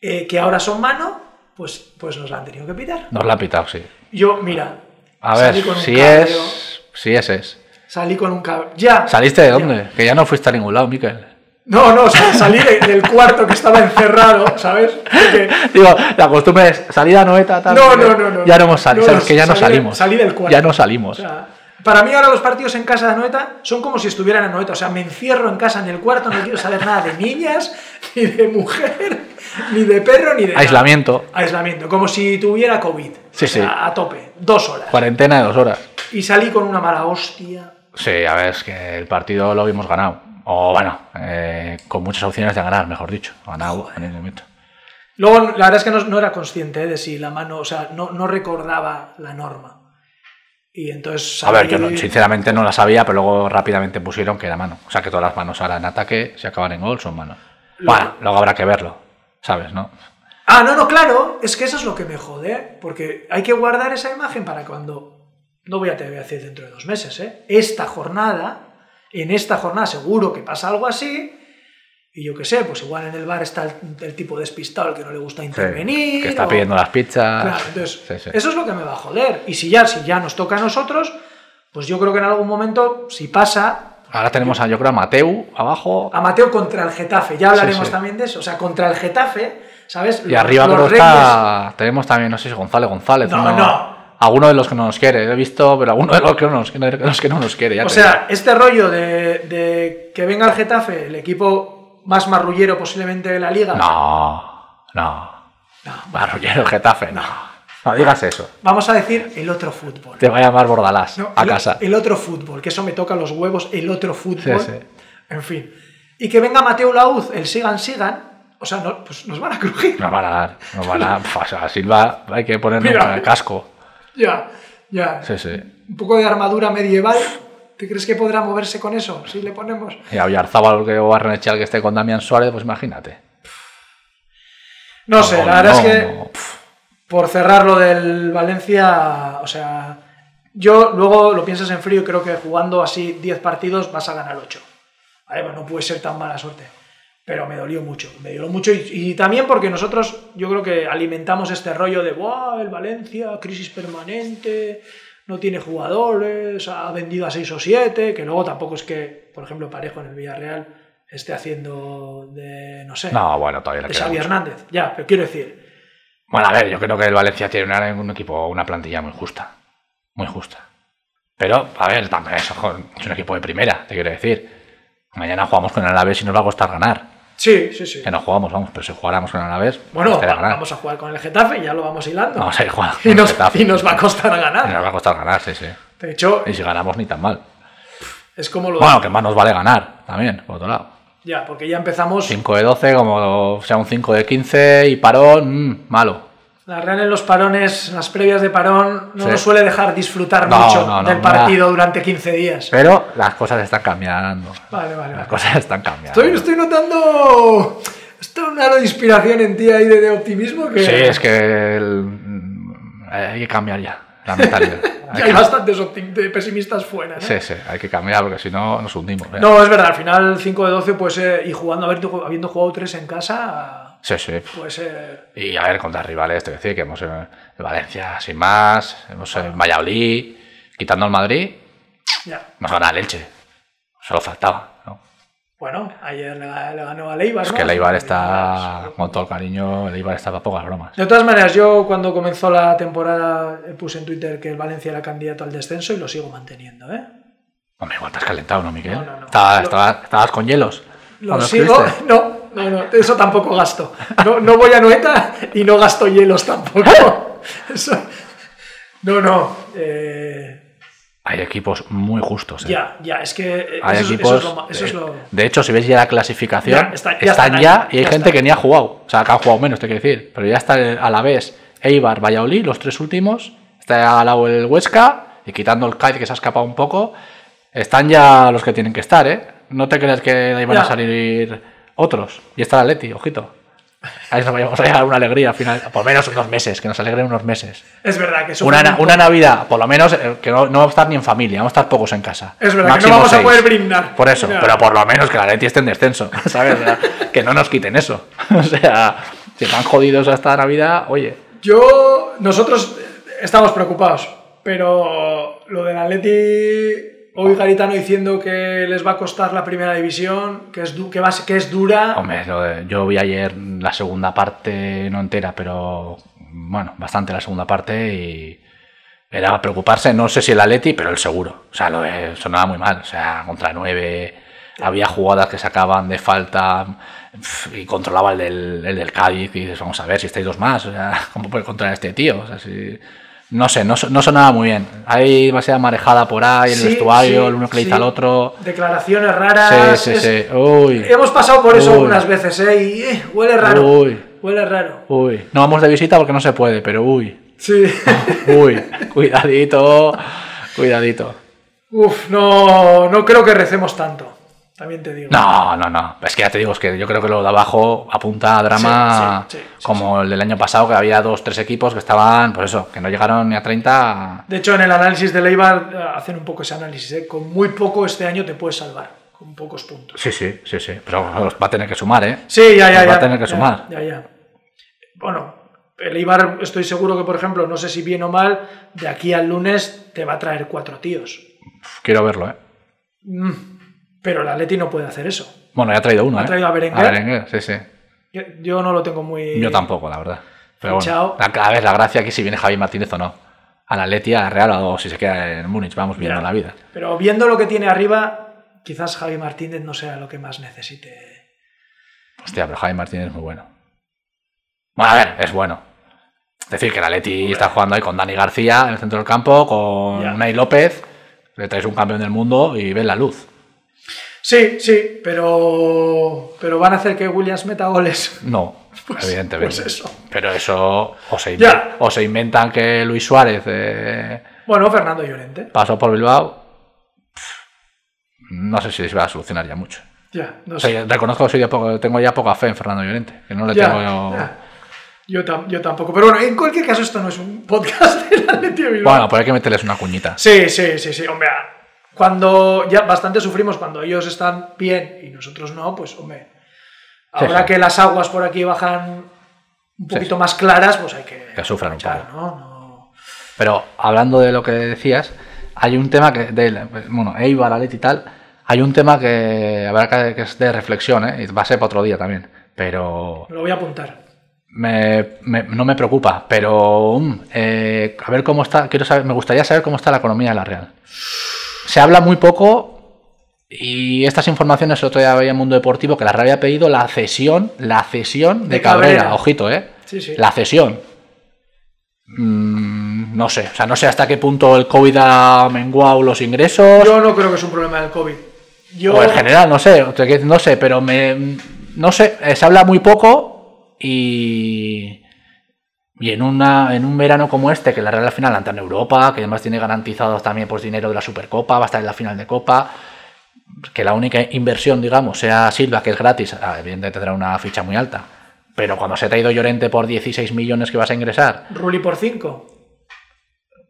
eh, que ahora son mano, pues, pues nos la han tenido que pitar.
Nos la ha pitado, sí.
Yo, mira,
A
salí
ver,
con un
si
cabreo,
es. Si es, es.
Salí con un cab... ¡Ya!
¿Saliste de
Ya.
dónde? Que ya no fuiste a ningún lado, Miquel. [LAUGHS]
No, no, o sea, salí de- del cuarto que estaba encerrado, ¿sabes? Porque-
[LAUGHS] Digo, la costumbre es salida noeta, tal.
No,
que-
no, no, no.
Ya no hemos salido.
No,
sabes
no,
que ya no
salí de-
salimos.
salí del cuarto.
Ya no salimos.
o sea, para mí ahora los partidos en casa de Anoeta son como si estuvieran en Anoeta. O sea, me encierro en casa en el cuarto, no quiero saber nada de niñas, [LAUGHS] ni de mujer, [LAUGHS] ni de perro, ni de... nada.
Aislamiento.
Aislamiento, como si tuviera COVID.
Sí,
O sea,
sí.
A tope, dos horas.
Cuarentena de dos horas.
Y salí con una mala hostia.
Sí, a ver, es que el partido lo habíamos ganado. O bueno, eh, con muchas opciones de ganar, mejor dicho. Ganado en ningún momento.
Luego, la verdad es que no, no era consciente eh, de si la mano, o sea, no, no recordaba la norma. Y entonces.
A ver,
salí-
yo no- sinceramente no la sabía, pero luego rápidamente pusieron que era mano. O sea que todas las manos ahora en ataque, si acaban en gol, son manos. Bueno, luego habrá que verlo. ¿Sabes, no?
Ah, no, no, claro, es que eso es lo que me jode, ¿eh? porque hay que guardar esa imagen para cuando. No voy a te voy a decir dentro de dos meses, ¿eh? Esta jornada, en esta jornada seguro que pasa algo así. Y yo qué sé, pues igual en el bar está el, el tipo despistado al que no le gusta
Sí,
intervenir.
que está
o-
pidiendo las pizzas.
Claro, entonces,
Ah, Sí, sí.
eso es lo que me va a joder. Y si ya, si ya nos toca a nosotros, pues yo creo que en algún momento, si pasa,
Ahora tenemos a, yo creo, a Mateu abajo.
a Mateo contra el Getafe, ya hablaremos
Sí, sí.
también de eso. O sea, contra el Getafe, ¿sabes?
Y
Los-
arriba
los
creo
reyes-
está. Tenemos también, no sé si González González.
No, no.
Alguno de los que no nos quiere, he visto, pero alguno de los que no nos, de los que no nos quiere. ya
O
te
sea, este rollo de, de que venga el Getafe, el equipo más marrullero posiblemente de la liga,
digo. No, no. Marrullero Getafe, no. No digas eso.
vamos a decir el otro fútbol.
Te va a llamar Bordalás
No,
a
el-
casa.
El otro fútbol, que eso me toca los huevos, el otro fútbol.
Sí, sí.
En fin. Y que venga Mateo Lauz, el sigan, sigan. O sea, no- pues nos van a crujir.
Nos van a dar, nos van a. O sea, Silva, hay que ponernos
Mira.
el casco.
Ya, ya.
Sí, sí.
Un poco de armadura medieval. ¿Te crees que podrá moverse con eso? Si le ponemos.
Y a Villarzábal que- o a Renechal que esté con Damián Suárez, pues imagínate.
No sé,
No,
la verdad
no,
es que.
no. Pff,
por cerrar lo del Valencia, o sea, yo luego lo piensas en frío y creo que jugando así 10 partidos vas a ganar 8. Vale, pues no puede ser tan mala suerte. Pero me dolió mucho, me dolió mucho y, y también porque nosotros yo creo que alimentamos este rollo de, wow, el Valencia, crisis permanente, no tiene jugadores, ha vendido a 6 o 7, que luego tampoco es que, por ejemplo, Parejo en el Villarreal esté haciendo de, no sé,
No, bueno, todavía le
de
queda
Xavi
mucho.
Hernández. Ya, pero quiero decir,
Bueno, a ver, yo creo que el Valencia tiene una- un equipo, una plantilla muy justa. Muy justa. Pero, a ver, también es, ojo, es un equipo de primera, te quiero decir. Mañana jugamos con el Alavés y nos va a costar ganar.
Sí, sí, sí.
Que no jugamos, vamos, pero si jugáramos con el Alavés,
Bueno,
nos
va-
costará ganar.
vamos a jugar con el Getafe, ya lo vamos hilando. [LAUGHS]
Vamos a ir jugando.
y,
con
nos,
Getafe.
y nos va a costar
Y
ganar.
nos va a costar ganar, sí, sí.
De hecho,
Y si ganamos, ni tan mal.
es como lo.
Bueno, que más nos vale ganar también, por otro lado.
Ya, porque ya empezamos.
5 de 12, como sea un 5 de 15 y parón, mm, malo.
La Real en los parones, en las previas de parón, no
Sí.
nos suele dejar disfrutar
No,
mucho
no, no,
del
no.
partido durante 15 días.
Pero las cosas están cambiando.
Vale, vale,
Las
vale.
cosas están cambiando.
Estoy, estoy notando. Estoy un halo de inspiración en ti ahí de, de optimismo que.
Sí, es que el- mm, hay que cambiar ya
[LAUGHS]
la mentalidad.
Ya
Hay
hay
que-
bastantes optim- de pesimistas fuera. ¿no?
sí, sí, hay que cambiar porque si no nos hundimos. ¿eh?
No, es verdad, al final 5 de 12, pues, eh, y jugando, habiendo, habiendo jugado 3 en casa,
Sí, sí.
pues. eh,
Y a ver, contra rivales, te decir que hemos en Valencia sin más, hemos en Valladolid, quitando al Madrid,
ya.
nos gana el Elche. Solo faltaba. ¿no?
Bueno, ayer le, le ganó a Leibar.
Es
¿no?
que el Eibar
Sí,
está,
sí.
con todo el cariño, el Eibar está para pocas bromas.
De todas maneras, yo cuando comenzó la temporada eh, puse en Twitter que el Valencia era candidato al descenso y lo sigo manteniendo, ¿eh?
Hombre, igual te has calentado, ¿no, Miquel?
No, no, no.
Estaba-
Lo-
estaba- estabas con hielos.
Lo
cuando
sigo.
escribiste.
[LAUGHS] No, no, no, eso tampoco gasto. No, no voy a Noeta y no gasto hielos tampoco. [LAUGHS]
¿Eh?
Eso- no, no. eh,
Hay equipos muy justos. ¿eh?
Ya, ya, es que eh,
Hay
eso, es-
equipos.
eso es lo ma- eso es
eh,
lo.
De hecho, si ves ya la clasificación,
Ya, está- ya
están
están
ya
ahí,
y hay
ya
gente
están.
que ni ha jugado. O sea, que han jugado menos, te quiero decir. Pero ya está el- a la vez Eibar, Valladolid, los tres últimos. Está al lado el Huesca y quitando el Cádiz que se ha escapado un poco. Están ya los que tienen que estar, ¿eh? No te creas que de ahí van
Ya.
a salir otros. Y está el Atleti, ojito. Ahí nos vamos a llegar una alegría al final. Por menos unos meses, que nos alegren unos meses.
Es verdad que eso
Una,
fue
na-
un-
una Navidad, por lo menos, eh, que no, no vamos a estar ni en familia, vamos a estar pocos en casa.
Es verdad que no vamos a poder brindar.
Por eso,
Ya.
pero por lo menos que la Leti esté en descenso, [LAUGHS] ¿sabes? O sea, que no nos quiten eso. [LAUGHS] O sea, si están jodidos hasta Navidad, oye,
Yo, nosotros eh, estamos preocupados, pero lo del Atleti, hoy Garitano diciendo que les va a costar la primera división, que es, du- que va a ser- que es dura.
hombre, lo de- yo vi ayer la segunda parte, no entera, pero bueno, bastante la segunda parte y era preocuparse, no sé si el Atleti, pero el seguro. O sea, lo de- sonaba muy mal, o sea, contra nueve, había jugadas que sacaban de falta pf, y controlaba el del, el del Cádiz y dices, vamos a ver si estáis dos más, o sea, [LAUGHS] ¿cómo puede controlar este tío? O sea, si- No sé, no, so- no sonaba muy bien. Hay demasiada marejada por ahí, en
Sí,
el vestuario,
sí,
el uno que le dice
sí.
al otro.
Declaraciones
Sí,
raras.
sí,
es-
sí. Uy.
Hemos pasado por eso
Uy.
algunas veces, ¿eh? Y eh, huele raro.
Uy.
Huele raro.
Uy, no vamos de visita porque no se puede, pero uy,
Sí. [LAUGHS]
uy, cuidadito, cuidadito.
Uf, no, no creo que recemos tanto. También te digo.
No, no, no. Es que ya te digo, es que yo creo que lo de abajo apunta a drama
Sí, sí, sí, sí,
como el del año pasado, que había dos, tres equipos que estaban, pues eso, que no llegaron ni a 30.
De hecho, en el análisis de Leibar eh, hacen un poco ese análisis, ¿eh? Con muy poco este año te puedes salvar. Con pocos puntos.
Sí, sí, sí, sí. Pero los va a tener que sumar, ¿eh?
Sí, ya, ya,
Los
ya.
va a tener que
ya,
sumar.
Ya, ya. Bueno, el Eibar, estoy seguro que, por ejemplo, no sé si bien o mal, de aquí al lunes te va a traer cuatro tíos.
Uf, Quiero verlo, ¿eh?
Pero el Atleti no puede hacer eso.
Bueno, ya ha traído uno, ¿eh?
traído a Berenguer?
Berenguer, sí, sí.
Yo, yo no lo tengo muy.
Yo tampoco, la verdad. Pero bueno,
Fichao.
la, a ver, la gracia aquí si viene Javi Martínez o no. A la Leti, a la Real o si se queda en Múnich, vamos viendo
Ya.
la vida.
Pero viendo lo que tiene arriba, quizás Javi Martínez no sea lo que más necesite.
Hostia, pero Javi Martínez es muy bueno. Bueno, a ver, es bueno. Es decir, que la Leti está jugando ahí con Dani García en el centro del campo, con
Ya.
Ney López, le traes un campeón del mundo y ves la luz.
Sí, sí, pero, pero van a hacer que Williams meta goles. [LAUGHS]
No, evidentemente.
pues eso.
Pero eso, o se, inve-
Ya.
o se inventan que Luis Suárez eh,
Bueno, Fernando Llorente.
pasó por Bilbao. Pff, No sé si se va a solucionar ya mucho.
Ya, no
O
sé.
sea, reconozco que soy de poco- tengo ya poca fe en Fernando Llorente, que no le
Ya,
tengo.
ya. Yo, tam- yo tampoco. Pero bueno, en cualquier caso, esto no es un [LAUGHS] podcast del Atleti de Bilbao.
Bueno, pero hay que meterles una cuñita.
Sí, sí, sí, sí. Hombre, ah, cuando ya bastante sufrimos cuando ellos están bien y nosotros no, pues hombre, ahora
sí.
que las aguas por aquí bajan un poquito más claras, pues hay que...
Que sufran un
aprovechar,
poco.
¿no? No-
Pero hablando de lo que decías, hay un tema que del bueno, Eibar, Atleti y tal, hay un tema que habrá que, que es de reflexión, ¿eh? Y va a ser para otro día también. Pero
me lo voy a apuntar.
me- me- no me preocupa, pero mm, eh, a ver cómo está, quiero saber, me gustaría saber cómo está la economía de la Real. Se habla muy poco y estas informaciones el otro día había en Mundo Deportivo que la Real había pedido la cesión, la cesión de,
De
Cabrera.
Cabrera.
ojito, ¿eh?
Sí, sí.
La cesión. Mm, no sé, o sea, no sé hasta qué punto el COVID ha menguado los ingresos
Yo no creo que es un problema del COVID. Yo,
o en general, no sé, o sea, que no sé, pero me no sé, eh, se habla muy poco y y en una en un verano como este que la Real al final ante en Europa, que además tiene garantizados también pues dinero de la Supercopa, va a estar en la final de Copa, que la única inversión, digamos, sea Silva que es gratis, ah, evidentemente tendrá una ficha muy alta. Pero cuando se te ha ido Llorente por 16 millones que vas a ingresar,
Ruli por 5.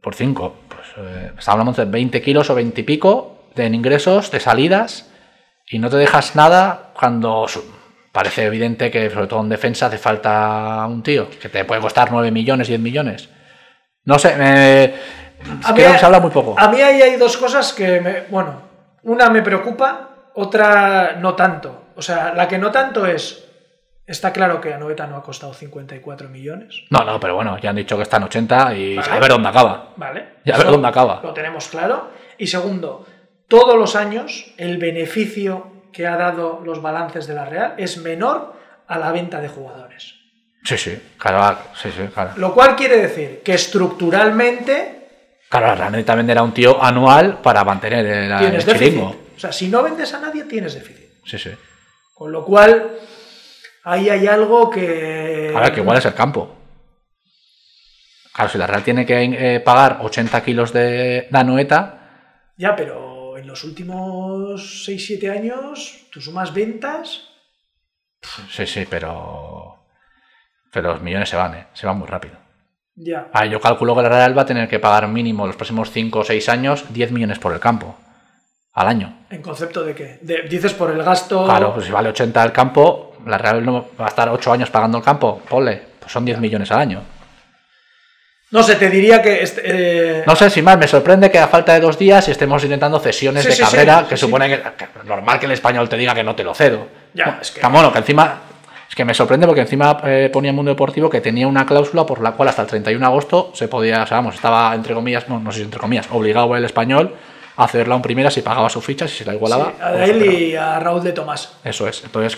por 5, pues eh, hablamos de 20 kilos o 20 y pico de en ingresos, de salidas, y no te dejas nada cuando su- parece evidente que, sobre todo en defensa, hace falta un tío, que te puede costar 9 millones, 10 millones. No sé, eh, creo que se habla muy poco.
A mí ahí hay dos cosas que, me, bueno, una me preocupa, otra no tanto. O sea, la que no tanto es, está claro que a Noveta no ha costado 54 millones,
No, no, pero bueno, ya han dicho que están 80 y
Vale.
a ver dónde acaba.
¿vale?
Ya a ver
Eso
dónde acaba.
Lo tenemos claro. Y segundo, todos los años el beneficio que ha dado los balances de la Real es menor a la venta de jugadores.
Sí, sí, claro, ah, sí, sí, claro.
Lo cual quiere decir que estructuralmente
Claro, realmente también era un tío anual para mantener el, el
tienes déficit.
Ah, chiringo.
O sea, si no vendes a nadie, tienes déficit.
Sí, sí.
Con lo cual, ahí hay algo que.
Ahora que igual es el campo. Claro, si la Real tiene que eh, pagar 80 kilos de Danueta,
Ya, pero en los últimos 6-7 años, tú sumas ventas.
sí, sí, pero. Pero los millones se van, ¿eh? Se van muy rápido.
Ya.
Ah, yo calculo que la Real va a tener que pagar mínimo los próximos 5 o 6 años 10 millones por el campo. Al año.
¿En concepto de qué? De- dices por el gasto.
Claro, pues si vale 80 el campo, la Real no va a estar 8 años pagando el campo. Ponle, pues son 10 millones al año.
No sé, te diría que. este, eh,
No sé, sin más, me sorprende que a falta de dos días estemos intentando cesiones
Sí,
de
sí,
Cabrera,
sí,
que
sí,
supone que, que normal que el español te diga que no te lo cedo.
Ya,
Bueno,
es que-
tan bueno, que encima. Es que me sorprende porque encima eh, ponía en Mundo Deportivo que tenía una cláusula por la cual hasta el 31 de agosto se podía, o sea, vamos, estaba entre comillas, no, no sé si entre comillas, obligado el español a cederla en primera si pagaba su ficha, si se la igualaba.
sí, a
o
él
superaba.
y a Raúl de Tomás.
Eso es. Entonces,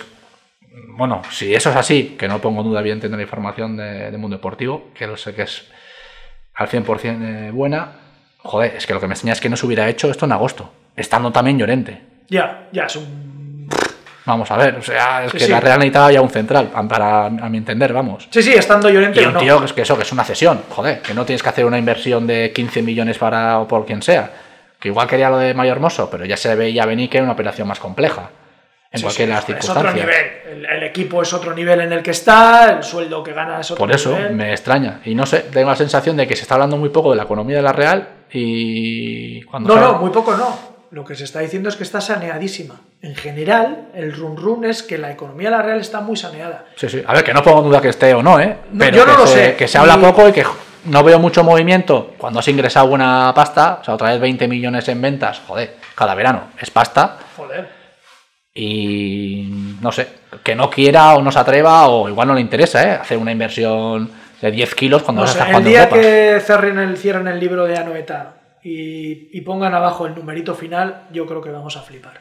bueno, si eso es así, que no pongo en duda bien tener información de, de Mundo Deportivo, que lo sé que es al 100% eh, buena, joder, es que lo que me enseña es que no se hubiera hecho esto en agosto, estando también Llorente.
Ya, ya, es un.
Vamos a ver, o sea, es
Sí,
que
sí.
la Real necesitaba ya un central, a- para, a mi entender, vamos.
Sí, sí, estando
Y
Llorente o
un
no.
tío que es que eso, que es una cesión, joder, que no tienes que hacer una inversión de 15 millones para o por quien sea. Que igual quería lo de Mayor Mosso, pero ya se veía venir que era una operación más compleja. En
Sí,
cualquier
sí,
de las
es- Es otro
circunstancias.
nivel. El, el equipo es otro nivel en el que está, el sueldo que gana es otro
Por eso
nivel.
me extraña. Y no sé, tengo la sensación de que se está hablando muy poco de la economía de la Real y cuando
No,
se
no,
habla-
muy poco no. Lo que se está diciendo es que está saneadísima. En general, el run run es que la economía de la Real está muy saneada.
Sí, sí. A ver, que no pongo en duda que esté o no, ¿eh?
No, yo no
que
lo
se-
sé.
Que se habla
Y-
poco y que jo, no veo mucho movimiento cuando has ingresado buena pasta, o sea, otra vez 20 millones en ventas, joder, cada verano es pasta
Joder.
y no sé, que no quiera o no se atreva o igual no le interesa, ¿eh? Hacer una inversión de 10 kilos cuando
No
vas a
sé,
estar
el
jugando
día
en Copas.
que cierren el, cierren el libro de Anoeta y, y pongan abajo el numerito final, yo creo que vamos a flipar.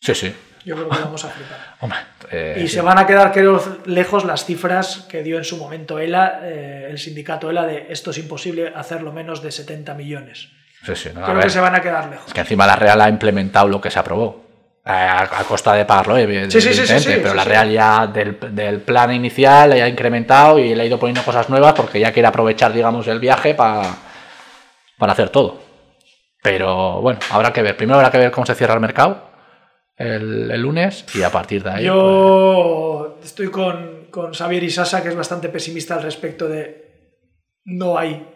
Sí, sí.
Yo creo que vamos a flipar.
Hombre, [LAUGHS] eh,
Y se van a quedar, creo, lejos las cifras que dio en su momento ELA, eh, el sindicato ELA, de esto es imposible hacerlo menos de 70 millones.
sí, sí, no, a
Creo
ver.
que se van a quedar lejos.
Es que encima la Real ha implementado lo que se aprobó. A, a costa de pagarlo, evi-
Sí, sí, sí, sí,
evidentemente.
sí,
pero
sí,
la
sí.
Real ya del, del plan inicial le ha incrementado y le ha ido poniendo cosas nuevas porque ya quiere aprovechar, digamos, el viaje pa- para hacer todo. Pero bueno, habrá que ver. Primero habrá que ver cómo se cierra el mercado el, el lunes y a partir de ahí. pues,
Yo estoy con, con Xavier Isasa, que es bastante pesimista al respecto de no hay,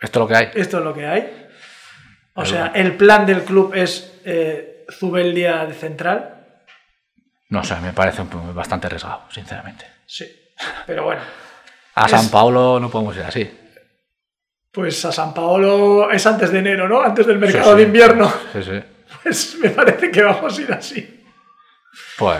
esto es lo que hay.
esto es lo que hay. O sea, el plan del club es eh, Zubeldia de central.
No sé, me parece un poco- bastante arriesgado, sinceramente.
Sí, pero bueno.
A
Es-
San Paulo no podemos ir así.
Pues a San Paolo es antes de enero, ¿no? Antes del mercado
Sí, sí.
de invierno. [LAUGHS]
Sí, sí.
Pues me parece que vamos a ir así.
Pues.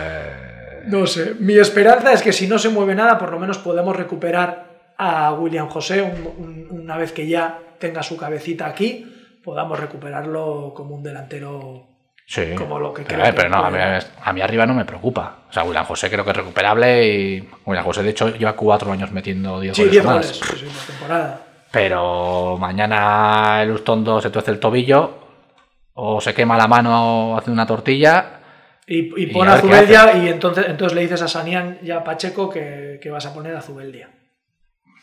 No sé. Mi esperanza es que si no se mueve nada, por lo menos podemos recuperar a William José un- un- una vez que ya tenga su cabecita aquí, podamos recuperarlo como un delantero.
Sí.
Como lo que
pero,
creo
eh, pero
que
no, a mí,
puede.
a mí arriba no me preocupa. O sea, William José creo que es recuperable y. William José, de hecho, lleva cuatro años metiendo 10
Sí,
goles
10
o más.
goles. Sí, sí, por temporada.
Pero mañana el Ustondo se tuerce el tobillo o se quema la mano haciendo una tortilla.
Y, y
Y
pon
a
a
ver qué
Zubeldia y entonces, entonces le dices a Sanian y a Pacheco que, que vas a poner a Zubeldia.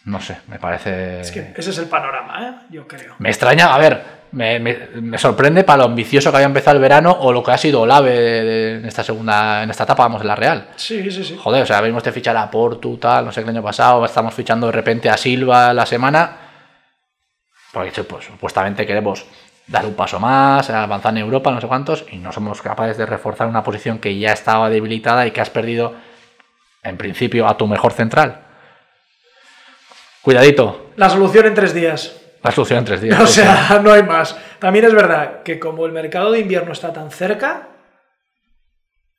No sé, me parece.
Es que ese es el panorama, ¿eh? yo creo.
Me extraña, a ver, me, me- me sorprende para lo ambicioso que había empezado el verano o lo que ha sido Olave de- de- en esta segunda, en esta etapa, vamos, en la Real.
Sí, sí, sí.
Joder, o sea, venimos de fichar a Portu, tal, no sé qué el año pasado, estamos fichando de repente a Silva la semana. Porque che, pues, supuestamente queremos dar un paso más, avanzar en Europa, no sé cuántos, y no somos capaces de reforzar una posición que ya estaba debilitada y que has perdido, en principio, a tu mejor central. Cuidadito,
La solución en tres días.
la solución en tres días.
[LAUGHS] O
sí, sí.
sea, no hay más. También es verdad que como el mercado de invierno está tan cerca,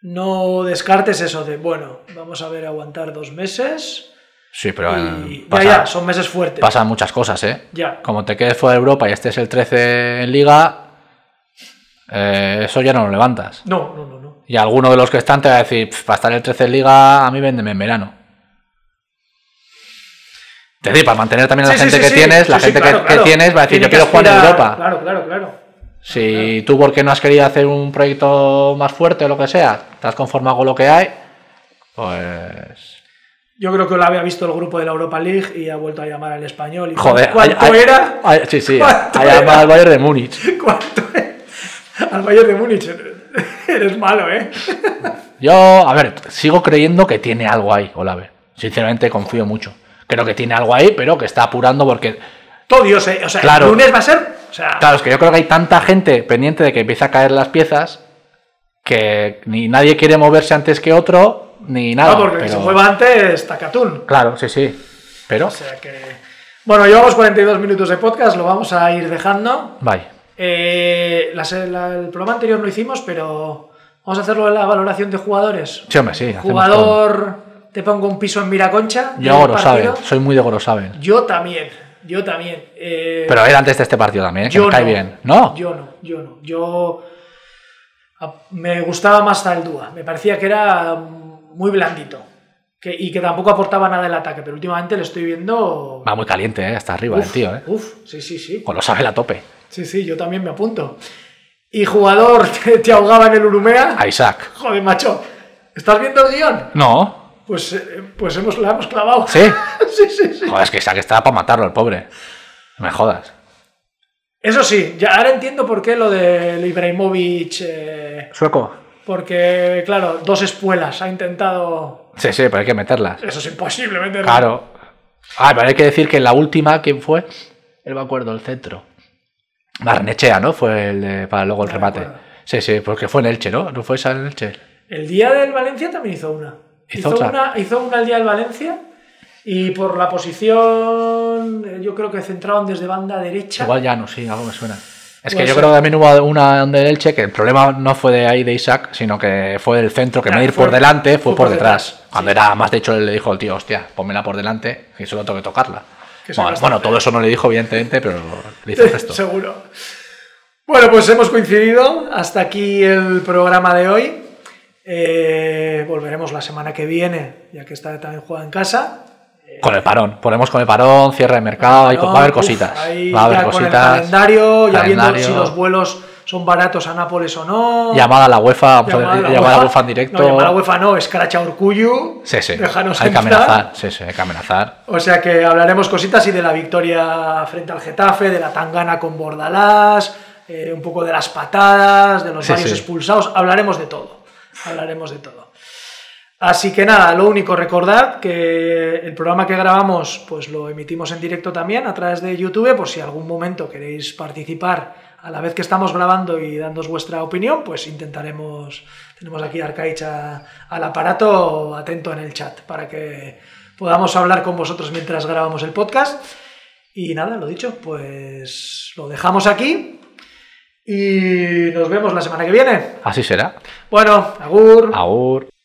no descartes eso de, bueno, vamos a ver aguantar dos meses.
Sí, pero
y
eh,
ya,
pasa-
ya, son meses fuertes.
pasan muchas cosas, ¿eh?
Ya.
Como te quedes fuera de Europa y estés el 13 en Liga, eh, eso ya no lo levantas.
No, no, no, no.
Y alguno de los que están te va a decir, "Pf, para estar el 13 en Liga, a mí véndeme en verano. Es decir, para mantener también a
Sí,
la
sí,
gente
sí,
que
sí.
tienes, la
Sí, sí,
gente que-
claro,
que,
claro.
tienes va a decir,
Tiene
yo
que
quiero jugar en
aspirar-
Europa.
Claro, claro, claro.
Si tú porque no has querido hacer un proyecto más fuerte o lo que sea, te has conformado con lo que hay, pues...
Yo creo que lo había visto el grupo de la Europa League y ha vuelto a llamar al español. Y
Joder,
¿cuánto
hay- hay-
era? [LAUGHS]
hay- sí, sí,
¿Cuánto
hay
era?
al Bayern de Múnich.
¿Cuánto era? Al Bayern de Múnich. [LAUGHS] Eres malo, ¿eh?
Yo, a ver, sigo creyendo que tiene algo ahí, Olave. Sinceramente confío mucho. Creo que tiene algo ahí, pero que está apurando porque...
Todo Dios, ¿eh? O sea,
Claro.
el lunes va a ser. O sea,
Claro, es que yo creo que hay tanta gente pendiente de que empiece a caer las piezas que ni nadie quiere moverse antes que otro, ni nada.
no, Ah, porque el que
pero-
se mueva antes, Tacatún.
Claro, sí, sí. Pero,
O sea que. Bueno, llevamos 42 minutos de podcast, lo vamos a ir dejando.
vaya.
Eh, la se- la- el programa anterior lo hicimos, pero vamos a hacerlo en la valoración de jugadores.
Sí, hombre, sí. hacemos todo.
Jugador, te pongo un piso en Miraconcha. del
Yo Gorosabel,
partido.
soy muy de Gorosabel.
Yo también, yo también. Eh,
Pero era antes de este partido también, ¿eh? que
yo
me cae
no,
bien. ¿No?
Yo no, yo no. Yo a- me gustaba más Zaldúa. Me parecía que era mm, muy blandito. Que, y que tampoco aportaba nada el ataque, pero últimamente le estoy viendo.
Va muy caliente, ¿eh? Hasta arriba el
uf,
tío, ¿eh? Pues
Uf, sí, sí, sí.
Gorosabel a tope.
Sí, sí, yo también me apunto. Y jugador, [LAUGHS] te, te ahogaba en el Urumea.
A Isaac.
Joder, macho. ¿Estás viendo el guión?
No.
Pues, eh, pues hemos, la hemos clavado.
Sí.
[LAUGHS] sí, sí, sí.
Joder, es que Isaac estaba para matarlo, el pobre. No me jodas.
Eso sí, ya ahora entiendo por qué lo de Ibrahimovic. eh,
Sueco.
Porque, claro, dos espuelas ha intentado.
Sí, sí, pero hay que meterlas.
Eso es imposible meterlo.
Claro. Ah, pero hay que decir que en la última, ¿quién fue? Él me acuerdo, el centro. Barnechea, ¿no? Fue el de- para luego el
No
remate.
Ah, recuerdo.
Sí, sí, porque fue en Elche, ¿no? ¿No fue esa en Elche?
El día del Valencia también hizo una.
Hizo otra.
una Hizo una el día del Valencia y por la posición, eh, yo creo que centraron desde banda derecha.
Igual ya no, sí, algo me suena. Es que
Puede
yo
ser.
creo que también hubo una del Elche que el problema no fue de ahí de Isaac, sino que fue del centro, que
Claro,
me ir
fue-
por delante, fue,
fue
por
por
detrás.
detrás,
Cuando era más, de hecho, le dijo el tío, hostia, pónmela por delante, que solo tengo que tocarla.
Que son
Bueno,
bastante.
bueno, todo eso no le dijo, evidentemente, pero le hizo el
[LAUGHS]
resto.
Seguro. Bueno, pues hemos coincidido. Hasta aquí el programa de hoy. Eh, volveremos la semana que viene, ya que está también juega en casa.
Con el parón, ponemos con el parón, cierre de mercado, hay co- va a haber
Uf,
cositas.
ahí
va a haber
ya Con el
cositas.
calendario, ya viendo
calendario,
si los vuelos son baratos a Nápoles o no.
Llamada a la UEFA, vamos a-
Llamada
llamada,
a la
a la
UEFA.
UEFA en directo.
No, llamada a la UEFA no, escracha a Urcuyu.
Sí, sí.
Déjanos
hay que
entrar.
amenazar, sí, sí, hay que amenazar.
O sea que hablaremos cositas y de la victoria frente al Getafe, de la tangana con Bordalás, eh, un poco de las patadas, de los
Sí,
varios
sí.
expulsados. Hablaremos de todo. Hablaremos de todo. Así que nada, lo único, recordad que el programa que grabamos pues lo emitimos en directo también a través de YouTube, por si algún momento queréis participar a la vez que estamos grabando y dándos vuestra opinión, pues intentaremos, tenemos aquí a Arcaich a- al aparato atento en el chat para que podamos hablar con vosotros mientras grabamos el podcast. Y nada, lo dicho, pues lo dejamos aquí y nos vemos la semana que viene.
Así será.
Bueno, agur.
Aur.